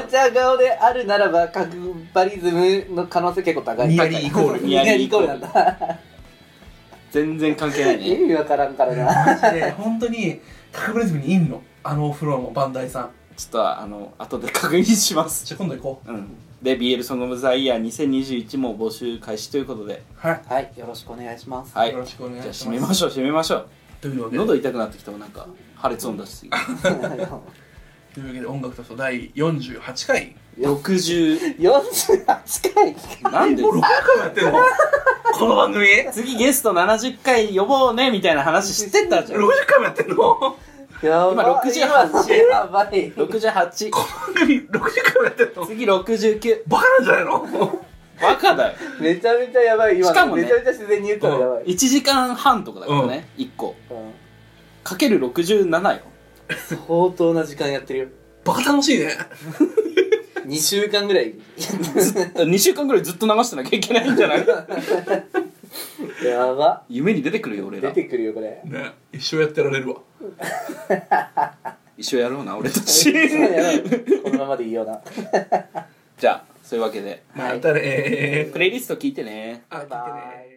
チャー顔であるならば角バリズムの可能性結構高いニアリーイコールニアリーイコールなんだ全然関係ない意ね味わからんからなマジで本当に角張リズムにいんのあのお風呂のバンダイさんちょっとあの後で確認しますじゃあ今度行こううんで BL ソングオブザイヤー2021も募集開始ということではいはいよろしくお願いしますはいよろしくお願いしますじゃあ締めましょう締めましょうというわけで喉痛くなってきたもんなんか破裂音出しすぎというわけで音楽とスト第48回60 48回なんでもう6回もや <laughs> ってんのこの番組60次ゲスト70回呼ぼうねみたいな話してたじゃん回もやってんのこやばい今68やばい68の番組60回もやってんの次69バカなんじゃないのバカだよめちゃめちゃやばい今しのかもねめちゃめちゃ自然に言ったらやばい、 1時間半とかだからね、一1個うんかける67よ相当な時間やってるよバカ楽しいね2週間ぐらい2週間ぐらいずっと流してなきゃいけないんじゃないやば <laughs> 夢に出てくるよ俺出らてくるよこれね一生やってられるわ一緒やろうな俺た <laughs> ちやばいこのままでいいよなじゃあそういうわけでまたねプレイリスト聞いてねあ聞いてね